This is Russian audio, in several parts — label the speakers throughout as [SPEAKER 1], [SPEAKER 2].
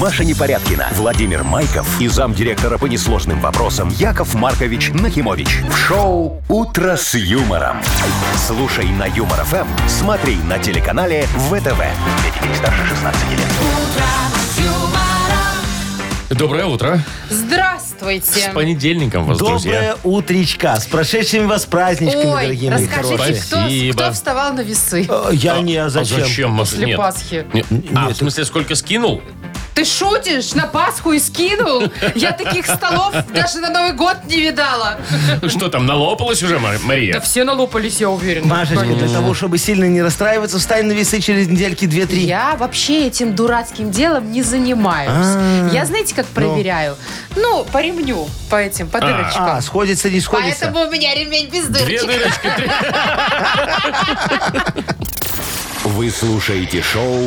[SPEAKER 1] Маша Непорядкина, Владимир Майков и замдиректора по несложным вопросам Яков Маркович Нахимович. В шоу «Утро с юмором». Слушай на Юмор ФМ, смотри на телеканале ВТВ. детей старше 16 лет.
[SPEAKER 2] Доброе утро.
[SPEAKER 3] Здравствуйте.
[SPEAKER 2] С понедельником вас, друзья.
[SPEAKER 4] Доброе утречка. С прошедшим вас праздничками,
[SPEAKER 3] Ой,
[SPEAKER 4] дорогие мои
[SPEAKER 3] расскажите,
[SPEAKER 4] хорошие.
[SPEAKER 3] кто,
[SPEAKER 2] Спасибо.
[SPEAKER 3] кто вставал на весы
[SPEAKER 4] Э, Я не, а
[SPEAKER 2] А
[SPEAKER 4] зачем?
[SPEAKER 2] зачем? Мас-
[SPEAKER 3] после
[SPEAKER 2] Нет.
[SPEAKER 3] Пасхи?
[SPEAKER 2] Не- А, в смысле, сколько скинул?
[SPEAKER 3] Ты шутишь? На Пасху и скинул? Я таких столов даже на Новый год не видала.
[SPEAKER 2] Что там, налопалось уже, Мар-
[SPEAKER 3] Да
[SPEAKER 2] Мария?
[SPEAKER 3] все налопались, я уверена.
[SPEAKER 4] Машечка, для того, чтобы сильно не расстраиваться, встань на весы через недельки две-три.
[SPEAKER 3] Я вообще этим дурацким делом не
[SPEAKER 4] А.
[SPEAKER 3] занимаюсь. Я знаете, как проверяю? Ну, по ремню, по этим, по
[SPEAKER 4] А,
[SPEAKER 3] дырочкам.
[SPEAKER 4] сходится, не сходится.
[SPEAKER 3] Поэтому у меня ремень без
[SPEAKER 2] Две
[SPEAKER 3] дырочек.
[SPEAKER 2] дырочки, три.
[SPEAKER 1] Вы слушаете шоу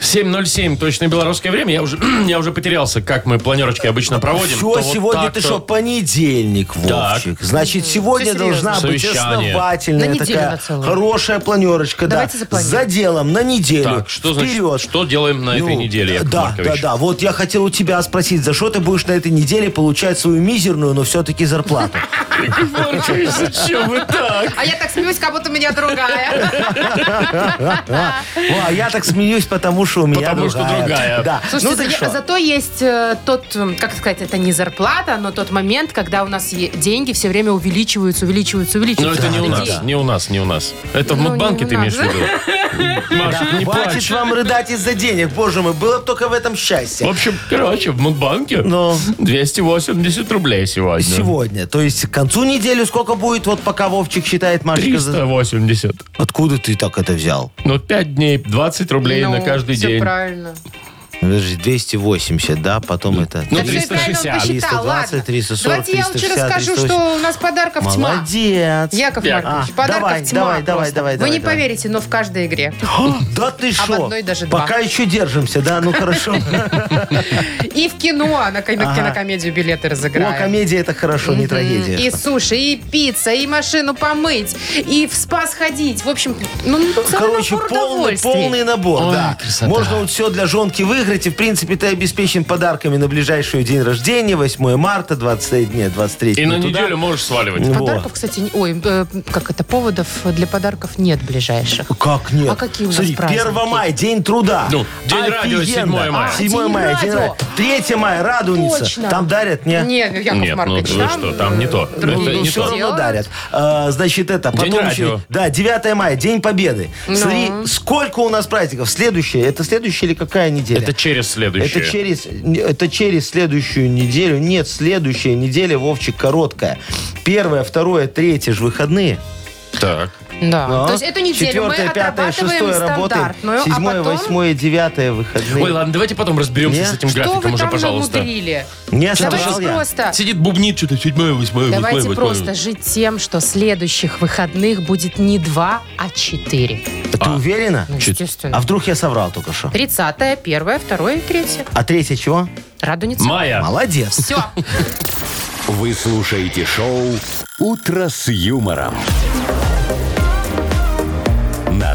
[SPEAKER 2] 7.07, точное белорусское время. Я уже, я уже потерялся, как мы планерочки обычно проводим.
[SPEAKER 4] Все,
[SPEAKER 2] То вот
[SPEAKER 4] сегодня
[SPEAKER 2] так,
[SPEAKER 4] ты
[SPEAKER 2] то-
[SPEAKER 4] что, понедельник, Вовчик. Значит,
[SPEAKER 3] Всё
[SPEAKER 4] сегодня
[SPEAKER 3] серьезно.
[SPEAKER 4] должна быть
[SPEAKER 2] Совещание.
[SPEAKER 3] На
[SPEAKER 4] основательная
[SPEAKER 3] неделю на
[SPEAKER 4] такая
[SPEAKER 3] целую.
[SPEAKER 4] хорошая планерочка. да.
[SPEAKER 3] Давайте
[SPEAKER 4] С
[SPEAKER 3] запланируем.
[SPEAKER 4] заделом на неделю.
[SPEAKER 2] Так, что значит,
[SPEAKER 4] Вперед.
[SPEAKER 2] что делаем на этой
[SPEAKER 4] Ну,
[SPEAKER 2] неделе, Яков
[SPEAKER 4] да,
[SPEAKER 2] Маркович?
[SPEAKER 4] да, да. Вот я хотел у тебя спросить, за что ты будешь на этой неделе получать свою мизерную, но все-таки зарплату?
[SPEAKER 2] Яков Маркович, Ну, зачем вы так?
[SPEAKER 3] А я так смеюсь, как будто у меня другая.
[SPEAKER 4] О, А я так смеюсь, потому что у меня
[SPEAKER 2] Потому что другая.
[SPEAKER 4] Да. Ну,
[SPEAKER 3] Слушайте,
[SPEAKER 4] так
[SPEAKER 3] за-
[SPEAKER 4] что?
[SPEAKER 3] зато есть э, тот, м, как сказать, это не зарплата, но тот момент, когда у нас е- деньги все время увеличиваются, увеличиваются,
[SPEAKER 2] Ну,
[SPEAKER 3] увеличиваются.
[SPEAKER 2] это не у нас,
[SPEAKER 3] Идея.
[SPEAKER 2] не у нас, не у нас. Это в
[SPEAKER 3] Ну, не
[SPEAKER 2] Мудбанке
[SPEAKER 3] у
[SPEAKER 2] ты
[SPEAKER 3] нас,
[SPEAKER 2] имеешь в виду? Маша, не
[SPEAKER 4] Хватит
[SPEAKER 2] плачь.
[SPEAKER 4] вам рыдать из-за денег, боже мой, было бы только в этом
[SPEAKER 2] В
[SPEAKER 4] счастье.
[SPEAKER 2] общем, короче, в Мудбанке
[SPEAKER 4] Ну.
[SPEAKER 2] 280 рублей сегодня.
[SPEAKER 4] Сегодня, то есть к концу недели сколько будет, вот пока Вовчик считает, Машечка... А за-
[SPEAKER 2] 380.
[SPEAKER 4] Откуда ты так это взял?
[SPEAKER 2] Ну, 5 дней, 20 рублей на
[SPEAKER 3] Ну,
[SPEAKER 2] каждый
[SPEAKER 3] всё
[SPEAKER 2] день.
[SPEAKER 3] правильно.
[SPEAKER 4] Подожди, 280, да? Потом это...
[SPEAKER 2] Ну,
[SPEAKER 3] Да всё и правильно
[SPEAKER 2] 360,
[SPEAKER 3] он посчитал,
[SPEAKER 4] 320,
[SPEAKER 3] ладно.
[SPEAKER 4] 340,
[SPEAKER 3] Давайте я лучше
[SPEAKER 4] 360,
[SPEAKER 3] расскажу,
[SPEAKER 4] 380.
[SPEAKER 3] что у нас подарков тьма.
[SPEAKER 4] Молодец.
[SPEAKER 3] Яков
[SPEAKER 2] Яков.
[SPEAKER 3] Маркович,
[SPEAKER 4] А,
[SPEAKER 3] подарков
[SPEAKER 4] давай,
[SPEAKER 3] тьма.
[SPEAKER 4] давай, давай,
[SPEAKER 3] просто.
[SPEAKER 4] давай,
[SPEAKER 3] Вы
[SPEAKER 4] давай,
[SPEAKER 3] не
[SPEAKER 4] давай.
[SPEAKER 3] поверите, но в каждой игре.
[SPEAKER 4] Да ты
[SPEAKER 3] А в
[SPEAKER 4] что?
[SPEAKER 3] одной даже два.
[SPEAKER 4] Пока еще держимся, да? Ну хорошо.
[SPEAKER 3] И в кино на коме-
[SPEAKER 4] Ага.
[SPEAKER 3] кинокомедию билеты
[SPEAKER 4] О,
[SPEAKER 3] разыграем.
[SPEAKER 4] комедия это хорошо, не
[SPEAKER 3] И
[SPEAKER 4] трагедия.
[SPEAKER 3] суши, и пицца, и машину помыть, и в спа сходить. В общем, ну, ну, целый
[SPEAKER 4] Короче,
[SPEAKER 3] набор
[SPEAKER 4] полный,
[SPEAKER 3] удовольствий.
[SPEAKER 4] полный набор,
[SPEAKER 2] Ой,
[SPEAKER 4] да.
[SPEAKER 2] красота.
[SPEAKER 4] Можно вот все для жонки выиграть, и, в принципе, ты обеспечен подарками на ближайший день рождения, 8 марта, 23 дня, 23
[SPEAKER 2] И на
[SPEAKER 4] туда.
[SPEAKER 2] неделю можешь сваливать.
[SPEAKER 4] Ну,
[SPEAKER 3] Подарков, кстати, не- ой, э, как это, поводов для подарков нет ближайших.
[SPEAKER 4] Как нет?
[SPEAKER 3] А какие у нас
[SPEAKER 4] Смотри,
[SPEAKER 3] праздники? А,
[SPEAKER 4] 1 мая, день труда.
[SPEAKER 2] Ну, День радио, 7 мая.
[SPEAKER 4] 7
[SPEAKER 3] День
[SPEAKER 4] мая, день
[SPEAKER 3] радио.
[SPEAKER 4] радио. 3 мая, радуница.
[SPEAKER 3] Точно.
[SPEAKER 4] Там дарят, не?
[SPEAKER 3] Нет, Яков
[SPEAKER 2] Нет, ну
[SPEAKER 3] Маркович,
[SPEAKER 2] вы что, там не то.
[SPEAKER 3] э,
[SPEAKER 2] Это
[SPEAKER 3] другие
[SPEAKER 4] Ну,
[SPEAKER 2] не
[SPEAKER 4] все
[SPEAKER 3] дела.
[SPEAKER 2] то.
[SPEAKER 4] равно дарят. А, значит, это.
[SPEAKER 2] День
[SPEAKER 4] потом
[SPEAKER 2] радио.
[SPEAKER 4] еще- да, 9 мая, День Победы.
[SPEAKER 3] Ну.
[SPEAKER 4] Смотри, сколько у нас праздников. Следующая, это следующая или какая неделя?
[SPEAKER 2] Это через следующее.
[SPEAKER 4] Это через, это через следующую неделю. Нет, следующая неделя, Вовчик, короткая. Первое, второе, третье же выходные.
[SPEAKER 2] Так.
[SPEAKER 3] Да.
[SPEAKER 4] Да.
[SPEAKER 2] Ну,
[SPEAKER 3] То есть эту неделю
[SPEAKER 4] Четвертое,
[SPEAKER 3] мы
[SPEAKER 4] пятое,
[SPEAKER 3] отрабатываем
[SPEAKER 4] шестое работаем.
[SPEAKER 3] стандартную,
[SPEAKER 4] Седьмое,
[SPEAKER 3] а потом...
[SPEAKER 4] восьмое, девятое выходные.
[SPEAKER 2] Ой, ладно, давайте потом разберемся
[SPEAKER 4] Нет.
[SPEAKER 2] с этим
[SPEAKER 3] Что
[SPEAKER 2] графиком
[SPEAKER 3] вы
[SPEAKER 2] уже,
[SPEAKER 3] там
[SPEAKER 2] пожалуйста.
[SPEAKER 3] намудрили?
[SPEAKER 4] Не
[SPEAKER 3] Давайте
[SPEAKER 4] соврал я.
[SPEAKER 3] просто...
[SPEAKER 2] Сидит бубнит что-то, седьмое, восьмое,
[SPEAKER 3] Давайте
[SPEAKER 2] восьмое,
[SPEAKER 3] просто
[SPEAKER 2] восьмое.
[SPEAKER 3] жить тем, что следующих выходных будет не два, а четыре.
[SPEAKER 4] Ты
[SPEAKER 2] А.
[SPEAKER 4] уверена?
[SPEAKER 3] Ну,
[SPEAKER 2] Чет-
[SPEAKER 3] естественно.
[SPEAKER 4] А вдруг я соврал только что?
[SPEAKER 3] 30 первое, второе и третье.
[SPEAKER 4] А третье чего?
[SPEAKER 3] Радуница.
[SPEAKER 2] Майя.
[SPEAKER 4] Молодец.
[SPEAKER 3] Все.
[SPEAKER 1] Вы слушаете шоу «Утро с юмором». На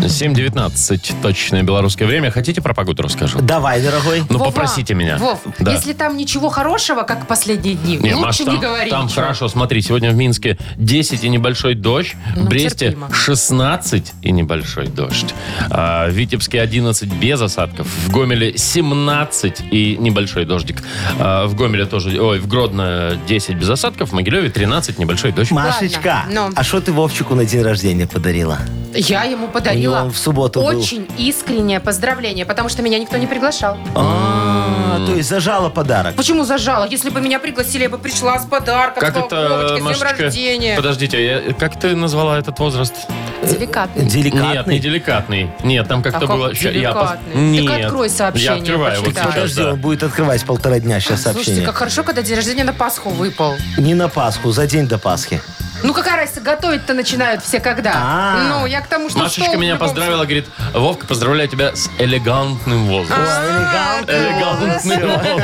[SPEAKER 2] 7.19, точное белорусское время. Хотите про погоду расскажу?
[SPEAKER 4] Давай, дорогой.
[SPEAKER 2] Ну, попросите меня.
[SPEAKER 3] Вов,
[SPEAKER 2] Да.
[SPEAKER 3] если там ничего хорошего, как последние дни,
[SPEAKER 2] Не,
[SPEAKER 3] лучше
[SPEAKER 2] Маш, там,
[SPEAKER 3] не говори.
[SPEAKER 2] там
[SPEAKER 3] ничего.
[SPEAKER 2] хорошо, смотри, сегодня в Минске 10 и небольшой дождь, в
[SPEAKER 3] Ну,
[SPEAKER 2] Бресте
[SPEAKER 3] терпимо.
[SPEAKER 2] 16 и небольшой дождь, а, в Витебске 11 без осадков, в Гомеле 17 и небольшой дождик, а, в Гомеле тоже, ой, в Гродно 10 без осадков, в Могилеве 13 небольшой дождь.
[SPEAKER 4] Машечка,
[SPEAKER 3] Ладно, ну.
[SPEAKER 4] а что ты Вовчику на день рождения подарила?
[SPEAKER 3] Я ему
[SPEAKER 4] У
[SPEAKER 3] подарила
[SPEAKER 4] него Ну, в субботу был.
[SPEAKER 3] очень искреннее поздравление, потому что меня никто не приглашал.
[SPEAKER 4] А, то есть зажала подарок.
[SPEAKER 3] Почему зажала? Если бы меня пригласили, я бы пришла с подарком.
[SPEAKER 2] Как
[SPEAKER 3] сказала, «Вовочка,
[SPEAKER 2] это,
[SPEAKER 3] с днем
[SPEAKER 2] Машечка?
[SPEAKER 3] рождения.
[SPEAKER 2] Подождите, я- как ты назвала этот возраст?
[SPEAKER 3] Деликатно.
[SPEAKER 2] Нет, не
[SPEAKER 4] Деликатный.
[SPEAKER 2] деликатный. Нет, там как-то
[SPEAKER 3] А как
[SPEAKER 2] было... Ща- я пос-
[SPEAKER 3] деликатный? Так
[SPEAKER 2] Нет.
[SPEAKER 3] открой сообщение,
[SPEAKER 2] Я открываю вот
[SPEAKER 3] почитай.
[SPEAKER 2] сейчас,
[SPEAKER 4] Подожди,
[SPEAKER 2] да.
[SPEAKER 4] он будет открывать полтора дня сейчас
[SPEAKER 3] А, Слушайте,
[SPEAKER 4] сообщение.
[SPEAKER 3] как хорошо, когда день рождения на Пасху выпал.
[SPEAKER 4] Не на Пасху, за день до Пасхи.
[SPEAKER 3] Ну какая разница, Просто готовить-то начинают все когда.
[SPEAKER 4] А.
[SPEAKER 3] Ну, я к тому, что
[SPEAKER 2] Машечка
[SPEAKER 3] стол в
[SPEAKER 2] меня
[SPEAKER 3] любом
[SPEAKER 2] поздравила, говорит, Вовка, поздравляю тебя с элегантным
[SPEAKER 3] А,
[SPEAKER 2] возрастом.
[SPEAKER 3] ну,
[SPEAKER 2] Элегантный возраст.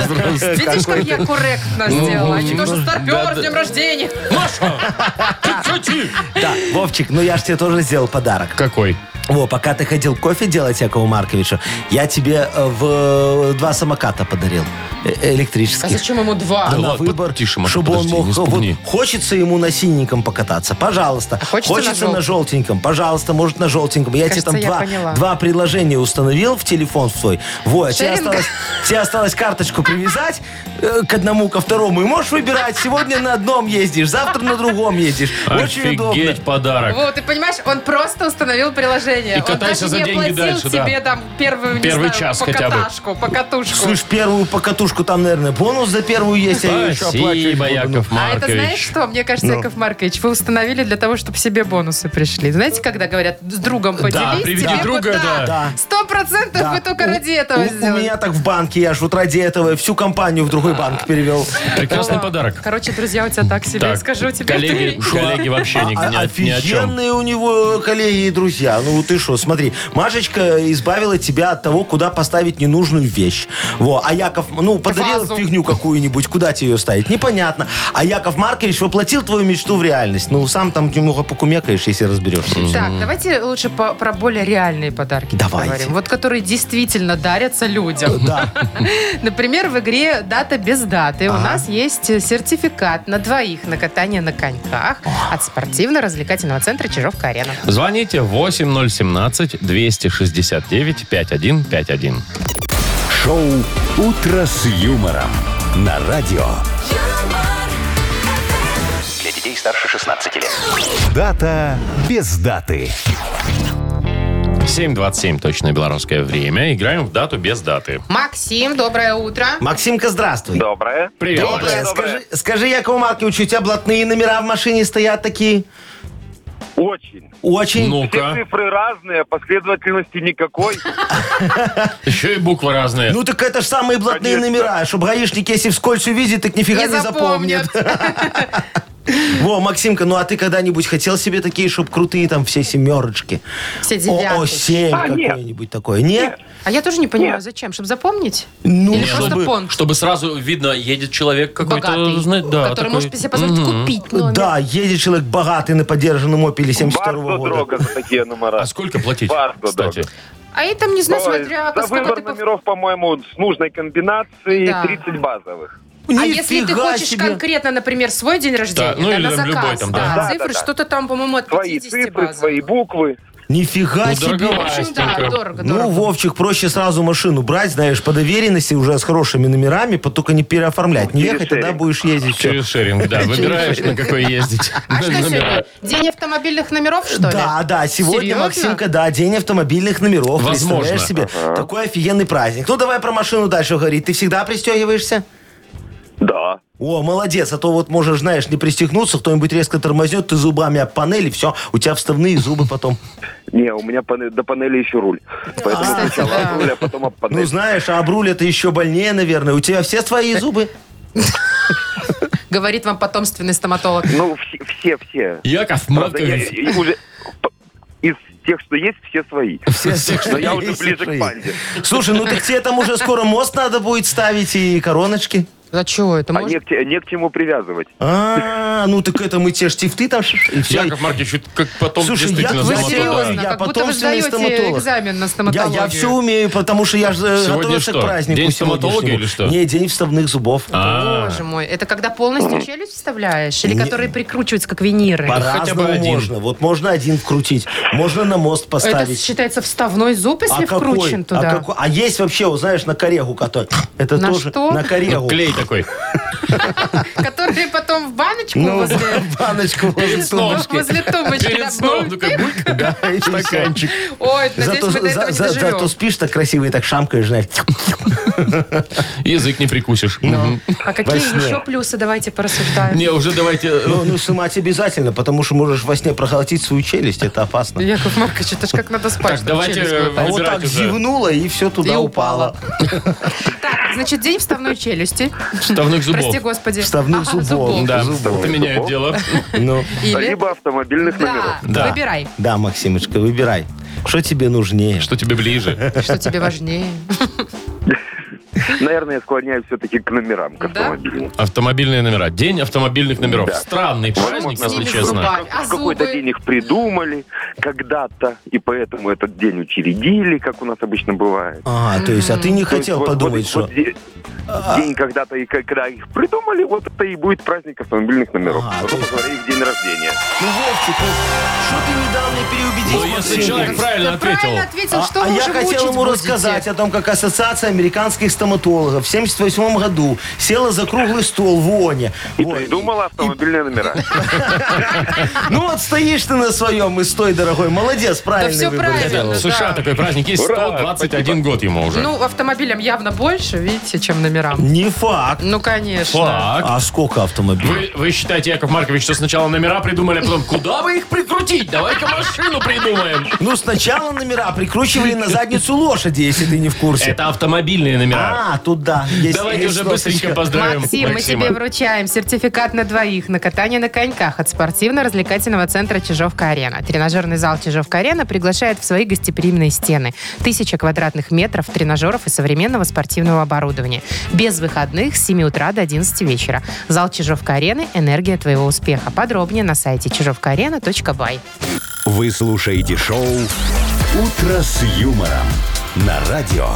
[SPEAKER 3] случае- Видишь, как я корректно сделала. Не то, что
[SPEAKER 2] Да,
[SPEAKER 3] старпер
[SPEAKER 2] да.
[SPEAKER 3] с днем рождения.
[SPEAKER 4] Да, Вовчик, ну я ж тебе тоже сделал подарок.
[SPEAKER 2] Какой?
[SPEAKER 4] Во, пока ты ходил кофе делать Якову Марковичу, я тебе э, в э, два самоката подарил э,
[SPEAKER 3] А
[SPEAKER 4] электрических.
[SPEAKER 3] зачем ему два?
[SPEAKER 2] Да
[SPEAKER 4] на
[SPEAKER 2] ладно,
[SPEAKER 4] выбор,
[SPEAKER 2] тише, Маша,
[SPEAKER 4] чтобы
[SPEAKER 2] подожди,
[SPEAKER 4] он мог...
[SPEAKER 2] не
[SPEAKER 4] вот
[SPEAKER 2] спугни.
[SPEAKER 4] хочется ему на синеньком покататься, пожалуйста.
[SPEAKER 3] А хочется на
[SPEAKER 4] на,
[SPEAKER 3] желтом?
[SPEAKER 4] желтеньком, пожалуйста, может на желтеньком. Я
[SPEAKER 3] Кажется,
[SPEAKER 4] тебе
[SPEAKER 3] я
[SPEAKER 4] там
[SPEAKER 3] поняла.
[SPEAKER 4] два, два приложения установил в телефон свой. Вот, тебе
[SPEAKER 3] Шеринг?
[SPEAKER 4] осталось, тебе осталось карточку привязать э, к одному, ко второму. И можешь выбирать, сегодня на одном ездишь, завтра на другом ездишь. Очень удобно.
[SPEAKER 2] Офигеть подарок.
[SPEAKER 3] Вот, ты понимаешь, он просто установил приложение.
[SPEAKER 2] И
[SPEAKER 3] он
[SPEAKER 2] катайся
[SPEAKER 3] даже
[SPEAKER 2] за
[SPEAKER 3] не
[SPEAKER 2] деньги
[SPEAKER 3] оплатил
[SPEAKER 2] дальше, да.
[SPEAKER 3] тебе там первую,
[SPEAKER 2] Первый
[SPEAKER 3] не знаю,
[SPEAKER 2] час хотя бы.
[SPEAKER 3] покаташку, покатушку.
[SPEAKER 4] Слышь, первую покатушку там, наверное, бонус за первую есть, а я еще оплачивать
[SPEAKER 2] Спасибо,
[SPEAKER 4] буду.
[SPEAKER 2] Яков
[SPEAKER 3] А это знаешь
[SPEAKER 2] Маркович.
[SPEAKER 3] что? Мне кажется,
[SPEAKER 4] Ну.
[SPEAKER 3] Яков Маркович, вы установили для того, чтобы себе бонусы пришли. Знаете, когда говорят, с другом поделись,
[SPEAKER 2] приведи
[SPEAKER 3] тебе
[SPEAKER 2] друга,
[SPEAKER 3] вот
[SPEAKER 2] да.
[SPEAKER 4] Да.
[SPEAKER 3] Сто процентов
[SPEAKER 4] Да.
[SPEAKER 3] вы только
[SPEAKER 4] У-
[SPEAKER 3] ради
[SPEAKER 4] у-
[SPEAKER 3] этого
[SPEAKER 4] У
[SPEAKER 3] сделали.
[SPEAKER 4] меня так в банке, я ж вот ради этого всю компанию в
[SPEAKER 2] А.
[SPEAKER 4] другой банк перевел.
[SPEAKER 2] Прекрасный подарок.
[SPEAKER 3] Короче, друзья, у тебя так себе,
[SPEAKER 2] Так,
[SPEAKER 3] скажу тебе.
[SPEAKER 2] коллеги, коллеги вообще ни,
[SPEAKER 4] А- а-
[SPEAKER 2] ни- ни о чем.
[SPEAKER 4] Офигенные у него коллеги и друзья. Ну ты что, смотри, Машечка избавила тебя от того, куда поставить ненужную вещь. Во, а Яков, ну, подарил
[SPEAKER 3] Вазу.
[SPEAKER 4] фигню какую-нибудь, куда тебе ее ставить, непонятно. А Яков Маркович воплотил твою мечту в реальность. Ну, сам там немного покумекаешь, если разберешься.
[SPEAKER 3] Так, давайте лучше по- про более реальные подарки
[SPEAKER 4] Давайте.
[SPEAKER 3] поговорим. Вот которые действительно дарятся людям.
[SPEAKER 4] Да.
[SPEAKER 3] Например, в игре «Дата без даты» у нас есть сертификат на двоих на катание на коньках от спортивно-развлекательного центра «Чижовка-арена».
[SPEAKER 2] Звоните 8017-269-5151.
[SPEAKER 1] Шоу «Утро с юмором» на радио.
[SPEAKER 5] юмор,
[SPEAKER 6] Для детей старше 16 лет.
[SPEAKER 1] Дата без даты.
[SPEAKER 2] 7.27 точное белорусское время. Играем в дату без даты.
[SPEAKER 3] Максим, доброе утро.
[SPEAKER 4] Максимка, здравствуй.
[SPEAKER 7] Доброе.
[SPEAKER 2] Привет, Макс.
[SPEAKER 4] Доброе. Скажи, скажи, Якову Марковичу, у тебя блатные номера в машине стоят такие?
[SPEAKER 7] Очень.
[SPEAKER 4] Очень.
[SPEAKER 7] Все
[SPEAKER 2] Ну-ка.
[SPEAKER 7] цифры разные, а последовательности никакой.
[SPEAKER 2] Еще и буквы разные.
[SPEAKER 4] Ну так это же самые блатные
[SPEAKER 7] Конечно.
[SPEAKER 4] номера, чтобы гаишник, если вскользь увидит, так нифига не,
[SPEAKER 3] Не запомнит.
[SPEAKER 4] Во, Максимка, ну а ты когда-нибудь хотел себе такие, чтобы крутые там все семерочки?
[SPEAKER 3] Все
[SPEAKER 4] О,
[SPEAKER 3] девятки.
[SPEAKER 4] 7
[SPEAKER 7] А, нет.
[SPEAKER 4] какое-нибудь такое. Нет?
[SPEAKER 3] А я тоже не понимаю,
[SPEAKER 7] Нет.
[SPEAKER 3] зачем? Чтобы запомнить?
[SPEAKER 4] Ну,
[SPEAKER 3] Или
[SPEAKER 4] чтобы-
[SPEAKER 3] просто понт?
[SPEAKER 2] Чтобы сразу видно, едет человек какой-то,
[SPEAKER 3] Богатый,
[SPEAKER 2] знаете, да,
[SPEAKER 3] который
[SPEAKER 2] такой.
[SPEAKER 3] может себе позволить
[SPEAKER 2] Мгм.
[SPEAKER 3] купить номер.
[SPEAKER 4] Да, едет человек богатый на подержанном опеле 72
[SPEAKER 7] Барсо
[SPEAKER 4] года.
[SPEAKER 7] дорого за такие номера.
[SPEAKER 2] А сколько платить,
[SPEAKER 7] Барсо
[SPEAKER 2] кстати?
[SPEAKER 7] дорого.
[SPEAKER 3] А это там, не знаю,
[SPEAKER 7] Ой,
[SPEAKER 3] Ну, смотря,
[SPEAKER 7] За
[SPEAKER 3] сколько
[SPEAKER 7] выбор
[SPEAKER 3] ты... пов-
[SPEAKER 7] номеров, по-моему, с нужной комбинацией
[SPEAKER 3] Да.
[SPEAKER 7] 30 базовых.
[SPEAKER 3] А если ты
[SPEAKER 4] Нифига
[SPEAKER 3] хочешь
[SPEAKER 4] себе.
[SPEAKER 3] конкретно, например, свой день рождения,
[SPEAKER 2] ну
[SPEAKER 3] да,
[SPEAKER 2] или
[SPEAKER 3] на
[SPEAKER 2] там
[SPEAKER 3] заказ,
[SPEAKER 2] любой там, да.
[SPEAKER 7] Да,
[SPEAKER 3] цифры,
[SPEAKER 7] да, да.
[SPEAKER 3] что-то там, по-моему, от
[SPEAKER 7] Твои
[SPEAKER 3] 50
[SPEAKER 7] цифры,
[SPEAKER 3] базовых.
[SPEAKER 7] твои буквы.
[SPEAKER 4] Нифига
[SPEAKER 2] Ну,
[SPEAKER 4] себе.
[SPEAKER 2] дорого.
[SPEAKER 3] В общем, да,
[SPEAKER 2] Настенька.
[SPEAKER 3] дорого,
[SPEAKER 4] Ну,
[SPEAKER 3] дорого.
[SPEAKER 4] Вовчик, проще сразу машину брать, знаешь, по доверенности, уже с хорошими номерами, по- только не переоформлять. Не
[SPEAKER 7] Через
[SPEAKER 4] ехать, тогда
[SPEAKER 7] шеринг.
[SPEAKER 4] будешь ездить. всё.
[SPEAKER 2] Через шеринг, да. Выбираешь, на какой ездить.
[SPEAKER 3] А что
[SPEAKER 2] Номера.
[SPEAKER 3] сегодня? День автомобильных номеров, что ли?
[SPEAKER 4] Да, да, сегодня,
[SPEAKER 3] Серьезно?
[SPEAKER 4] Максимка, да, день автомобильных номеров.
[SPEAKER 2] Возможно.
[SPEAKER 4] Представляешь себе, такой офигенный праздник. Ну, давай про машину дальше говорить. Ты всегда пристегиваешься?
[SPEAKER 7] Да.
[SPEAKER 4] О, молодец, а то вот можешь, знаешь, не пристегнуться, кто-нибудь резко тормознет, ты зубами об панели, все, у тебя вставные зубы потом.
[SPEAKER 7] Не, у меня пане- до панели еще руль. Поэтому
[SPEAKER 3] Кстати,
[SPEAKER 7] сначала
[SPEAKER 3] да.
[SPEAKER 7] об руль, а потом об
[SPEAKER 4] Ну,
[SPEAKER 7] панель.
[SPEAKER 4] знаешь, а об руль это еще больнее, наверное. У тебя все твои зубы?
[SPEAKER 3] Говорит вам потомственный стоматолог.
[SPEAKER 7] Ну, все, все. все.
[SPEAKER 2] Яков
[SPEAKER 4] Ну,
[SPEAKER 7] Правда, я-
[SPEAKER 2] Маркович.
[SPEAKER 7] я уже п- из тех, что есть, все свои.
[SPEAKER 4] Все
[SPEAKER 7] Но ну я уже
[SPEAKER 4] все
[SPEAKER 7] ближе
[SPEAKER 4] твои.
[SPEAKER 7] к панде.
[SPEAKER 4] Слушай, ну так тебе там уже скоро мост надо будет ставить и короночки.
[SPEAKER 3] За чего это?
[SPEAKER 7] А
[SPEAKER 3] Может,
[SPEAKER 7] не к, те- не к чему привязывать.
[SPEAKER 4] А, ну так это мы те ж тифты там. ш- и всё.
[SPEAKER 2] Яков Маркович, это как потом
[SPEAKER 4] Слушай,
[SPEAKER 2] действительно
[SPEAKER 4] я-
[SPEAKER 3] Вы
[SPEAKER 4] Стоматолог,
[SPEAKER 3] серьезно,
[SPEAKER 4] да.
[SPEAKER 3] как
[SPEAKER 4] Я
[SPEAKER 3] будто вы
[SPEAKER 4] потомственный
[SPEAKER 3] сдаете
[SPEAKER 4] стоматолог.
[SPEAKER 3] экзамен на
[SPEAKER 4] Я,
[SPEAKER 3] стоматологию.
[SPEAKER 4] я все умею, потому что я же э,
[SPEAKER 2] Сегодня
[SPEAKER 4] готовился
[SPEAKER 2] что?
[SPEAKER 4] к празднику
[SPEAKER 2] День стоматолога
[SPEAKER 4] сегодняшнему.
[SPEAKER 2] или что?
[SPEAKER 4] Не, день вставных зубов.
[SPEAKER 2] А,
[SPEAKER 3] Боже мой, это когда полностью челюсть вставляешь? Или
[SPEAKER 4] Не-
[SPEAKER 3] которые прикручиваются, как виниры?
[SPEAKER 2] ну, хотя бы
[SPEAKER 4] По-разному
[SPEAKER 2] один.
[SPEAKER 4] можно. Вот можно один вкрутить, можно на мост
[SPEAKER 3] Это
[SPEAKER 4] поставить.
[SPEAKER 3] считается вставной зуб, если
[SPEAKER 4] а какой?
[SPEAKER 3] вкручен туда?
[SPEAKER 4] А, какой? А есть вообще, вот знаешь, на корегу который. Это
[SPEAKER 3] На
[SPEAKER 4] тоже
[SPEAKER 3] что?
[SPEAKER 4] на корегу.
[SPEAKER 2] клей такой.
[SPEAKER 3] Которые потом в баночку
[SPEAKER 4] Ну,
[SPEAKER 3] возле... Ну,
[SPEAKER 4] баночку возле
[SPEAKER 2] сном.
[SPEAKER 4] тумбочки.
[SPEAKER 3] Возле тумбочки. да,
[SPEAKER 2] Перед сном,
[SPEAKER 3] бум.
[SPEAKER 2] такой бульк,
[SPEAKER 4] Да, и всё.
[SPEAKER 2] стаканчик.
[SPEAKER 3] Ой, надеюсь,
[SPEAKER 4] Зато
[SPEAKER 3] мы до этого
[SPEAKER 4] за-
[SPEAKER 3] не
[SPEAKER 4] за- зато
[SPEAKER 3] доживем.
[SPEAKER 4] спишь так красиво и так шамкаешь, знаешь.
[SPEAKER 2] Язык не прикусишь. Мгм.
[SPEAKER 3] А какие
[SPEAKER 4] во сне.
[SPEAKER 3] еще плюсы? Давайте порассуждаем.
[SPEAKER 2] Не, уже давайте... э,
[SPEAKER 4] Ну, ну, снимать обязательно, потому что можешь во сне проглотить свою челюсть, это опасно.
[SPEAKER 3] Яков Маркович, это ж как надо спать.
[SPEAKER 2] Так,
[SPEAKER 3] чтобы
[SPEAKER 2] давайте
[SPEAKER 3] челюсть
[SPEAKER 2] э,
[SPEAKER 3] глотать.
[SPEAKER 4] А вот
[SPEAKER 2] выбирать
[SPEAKER 4] так
[SPEAKER 2] уже.
[SPEAKER 4] зевнула и все туда
[SPEAKER 3] И
[SPEAKER 4] упало.
[SPEAKER 3] Так, Значит, день вставной челюсти.
[SPEAKER 2] Вставных зубов.
[SPEAKER 3] Прости, господи.
[SPEAKER 4] Вставных
[SPEAKER 3] Ага,
[SPEAKER 4] зубов.
[SPEAKER 2] Да,
[SPEAKER 4] Зубов.
[SPEAKER 2] это меняет дело.
[SPEAKER 4] Ну,
[SPEAKER 3] Или...
[SPEAKER 7] Либо автомобильных номеров.
[SPEAKER 3] Да,
[SPEAKER 2] Да.
[SPEAKER 3] выбирай,
[SPEAKER 4] да, Максимочка, выбирай. Что тебе нужнее?
[SPEAKER 2] Что тебе ближе?
[SPEAKER 3] что тебе важнее.
[SPEAKER 7] Наверное, я склоняюсь все-таки к номерам, к
[SPEAKER 3] Да?
[SPEAKER 7] автомобилю.
[SPEAKER 2] Автомобильные номера. День автомобильных номеров.
[SPEAKER 7] Да.
[SPEAKER 2] Странный праздник,
[SPEAKER 7] Возможно,
[SPEAKER 2] если
[SPEAKER 3] Сними
[SPEAKER 2] честно.
[SPEAKER 3] зуба. А
[SPEAKER 7] Какой-то
[SPEAKER 3] зубы?
[SPEAKER 7] день их придумали когда-то, и поэтому этот день учредили, как у нас обычно бывает.
[SPEAKER 4] А, то есть, а ты не
[SPEAKER 7] То есть
[SPEAKER 4] хотел
[SPEAKER 7] вот-
[SPEAKER 4] подумать, что... А.
[SPEAKER 7] вот- вот де- День когда-то, и когда их придумали, вот это и будет праздник автомобильных номеров.
[SPEAKER 4] А,
[SPEAKER 7] Вот
[SPEAKER 4] то
[SPEAKER 7] это
[SPEAKER 4] есть-
[SPEAKER 7] говоря, их день рождения.
[SPEAKER 4] Ну, Вовчик, ну, что ты не дал мне переубедить
[SPEAKER 2] Ну, если
[SPEAKER 4] Максима?
[SPEAKER 2] человек правильно
[SPEAKER 3] Да Правильно
[SPEAKER 2] ответил.
[SPEAKER 3] ответил,
[SPEAKER 4] А,
[SPEAKER 3] что
[SPEAKER 4] а
[SPEAKER 3] вы
[SPEAKER 4] я
[SPEAKER 3] уже
[SPEAKER 4] хотел
[SPEAKER 3] мучить
[SPEAKER 4] ему
[SPEAKER 3] будете?
[SPEAKER 4] рассказать о том, как Ассоциация американских стоматологов в 78 году села за круглый стол в ООНе.
[SPEAKER 7] И
[SPEAKER 4] Вот.
[SPEAKER 7] придумала автомобильные номера.
[SPEAKER 4] Ну вот стоишь ты на своем и стой, дорогой. Молодец, правильный
[SPEAKER 3] всё
[SPEAKER 4] выбор
[SPEAKER 3] правильно.
[SPEAKER 4] сделал.
[SPEAKER 2] В США
[SPEAKER 3] Да.
[SPEAKER 2] а такой праздник есть
[SPEAKER 7] Ура,
[SPEAKER 2] 121 год ему уже.
[SPEAKER 3] Ну, автомобилям явно больше, видите, чем номерам.
[SPEAKER 4] Не факт.
[SPEAKER 3] Ну, конечно.
[SPEAKER 2] Фак.
[SPEAKER 4] А сколько автомобилей?
[SPEAKER 2] Вы, вы считаете, Яков Маркович, что сначала номера придумали, а потом куда бы их прикрутить? Давай-ка машину придумаем.
[SPEAKER 4] Ну, сначала номера прикручивали на задницу лошади, если ты не в курсе.
[SPEAKER 2] Это автомобильные номера.
[SPEAKER 4] А, туда. Есть-
[SPEAKER 2] Давайте
[SPEAKER 4] есть
[SPEAKER 2] уже
[SPEAKER 4] кнопочка.
[SPEAKER 2] быстренько поздравим
[SPEAKER 3] Максим, мы
[SPEAKER 2] Максима.
[SPEAKER 3] тебе вручаем сертификат на двоих на катание на коньках от спортивно-развлекательного центра Чижовка-Арена. Тренажерный зал Чижовка-Арена приглашает в свои гостеприимные стены. Тысяча квадратных метров тренажеров и современного спортивного оборудования. Без выходных с 7 утра до 11 вечера. Зал Чижовка-Арены – энергия твоего успеха. Подробнее на сайте чижовкаарена.бай.
[SPEAKER 1] Вы слушаете шоу «Утро с юмором» на радио.